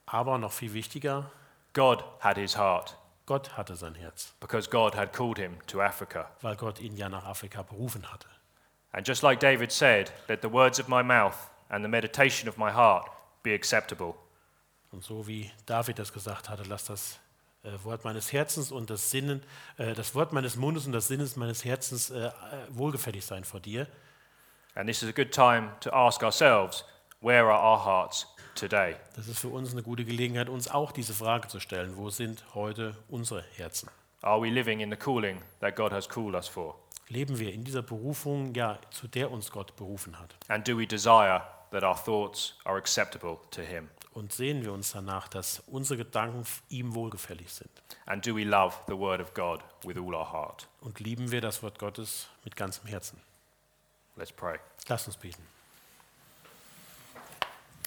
S2: aber noch viel wichtiger,
S1: God had his heart
S2: Gott hatte sein Herz,
S1: because God had called him to Africa.
S2: weil Gott ihn ja nach Afrika berufen hatte.
S1: And just like David said, let the words of my mouth and the meditation of my heart be acceptable.
S2: Und so wie David das gesagt hatte, lass das äh, Wort meines Herzens und das Sinnen, äh, das Wort meines Mundes und das Sinnes meines Herzens äh, äh, wohlgefällig sein vor dir.
S1: And this is a good time to ask ourselves, where are our hearts today?
S2: Das ist für uns eine gute Gelegenheit, uns auch diese Frage zu stellen, wo sind heute unsere Herzen?
S1: Are we living in the calling that God has called us for?
S2: Leben wir in dieser Berufung, ja, zu der uns Gott berufen hat?
S1: And do we desire that our thoughts are acceptable to Him?
S2: Und sehen wir uns danach, dass unsere Gedanken ihm wohlgefällig sind?
S1: And do we love the Word of God with all our heart?
S2: Und lieben wir das Wort Gottes mit ganzem Herzen?
S1: Let's pray.
S2: Lass uns beten.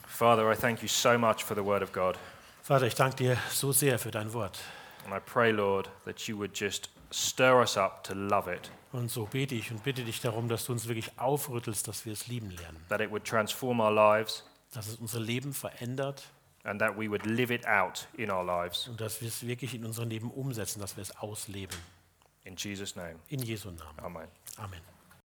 S1: Father, I thank you so much for the Word of God.
S2: Vater, ich danke dir so sehr für dein Wort.
S1: And I pray, Lord, that you would just stir us up to love it,
S2: Und so bete ich und bitte dich darum, dass du uns wirklich aufrüttelst, dass wir es lieben lernen.
S1: that it would transform our lives,
S2: Dass es unser Leben verändert
S1: and that we would live it out in our lives.
S2: und dass wir es wirklich in unserem Leben umsetzen, dass wir es ausleben.
S1: In Jesus' name,
S2: In Jesu Namen.
S1: Amen.
S2: Amen.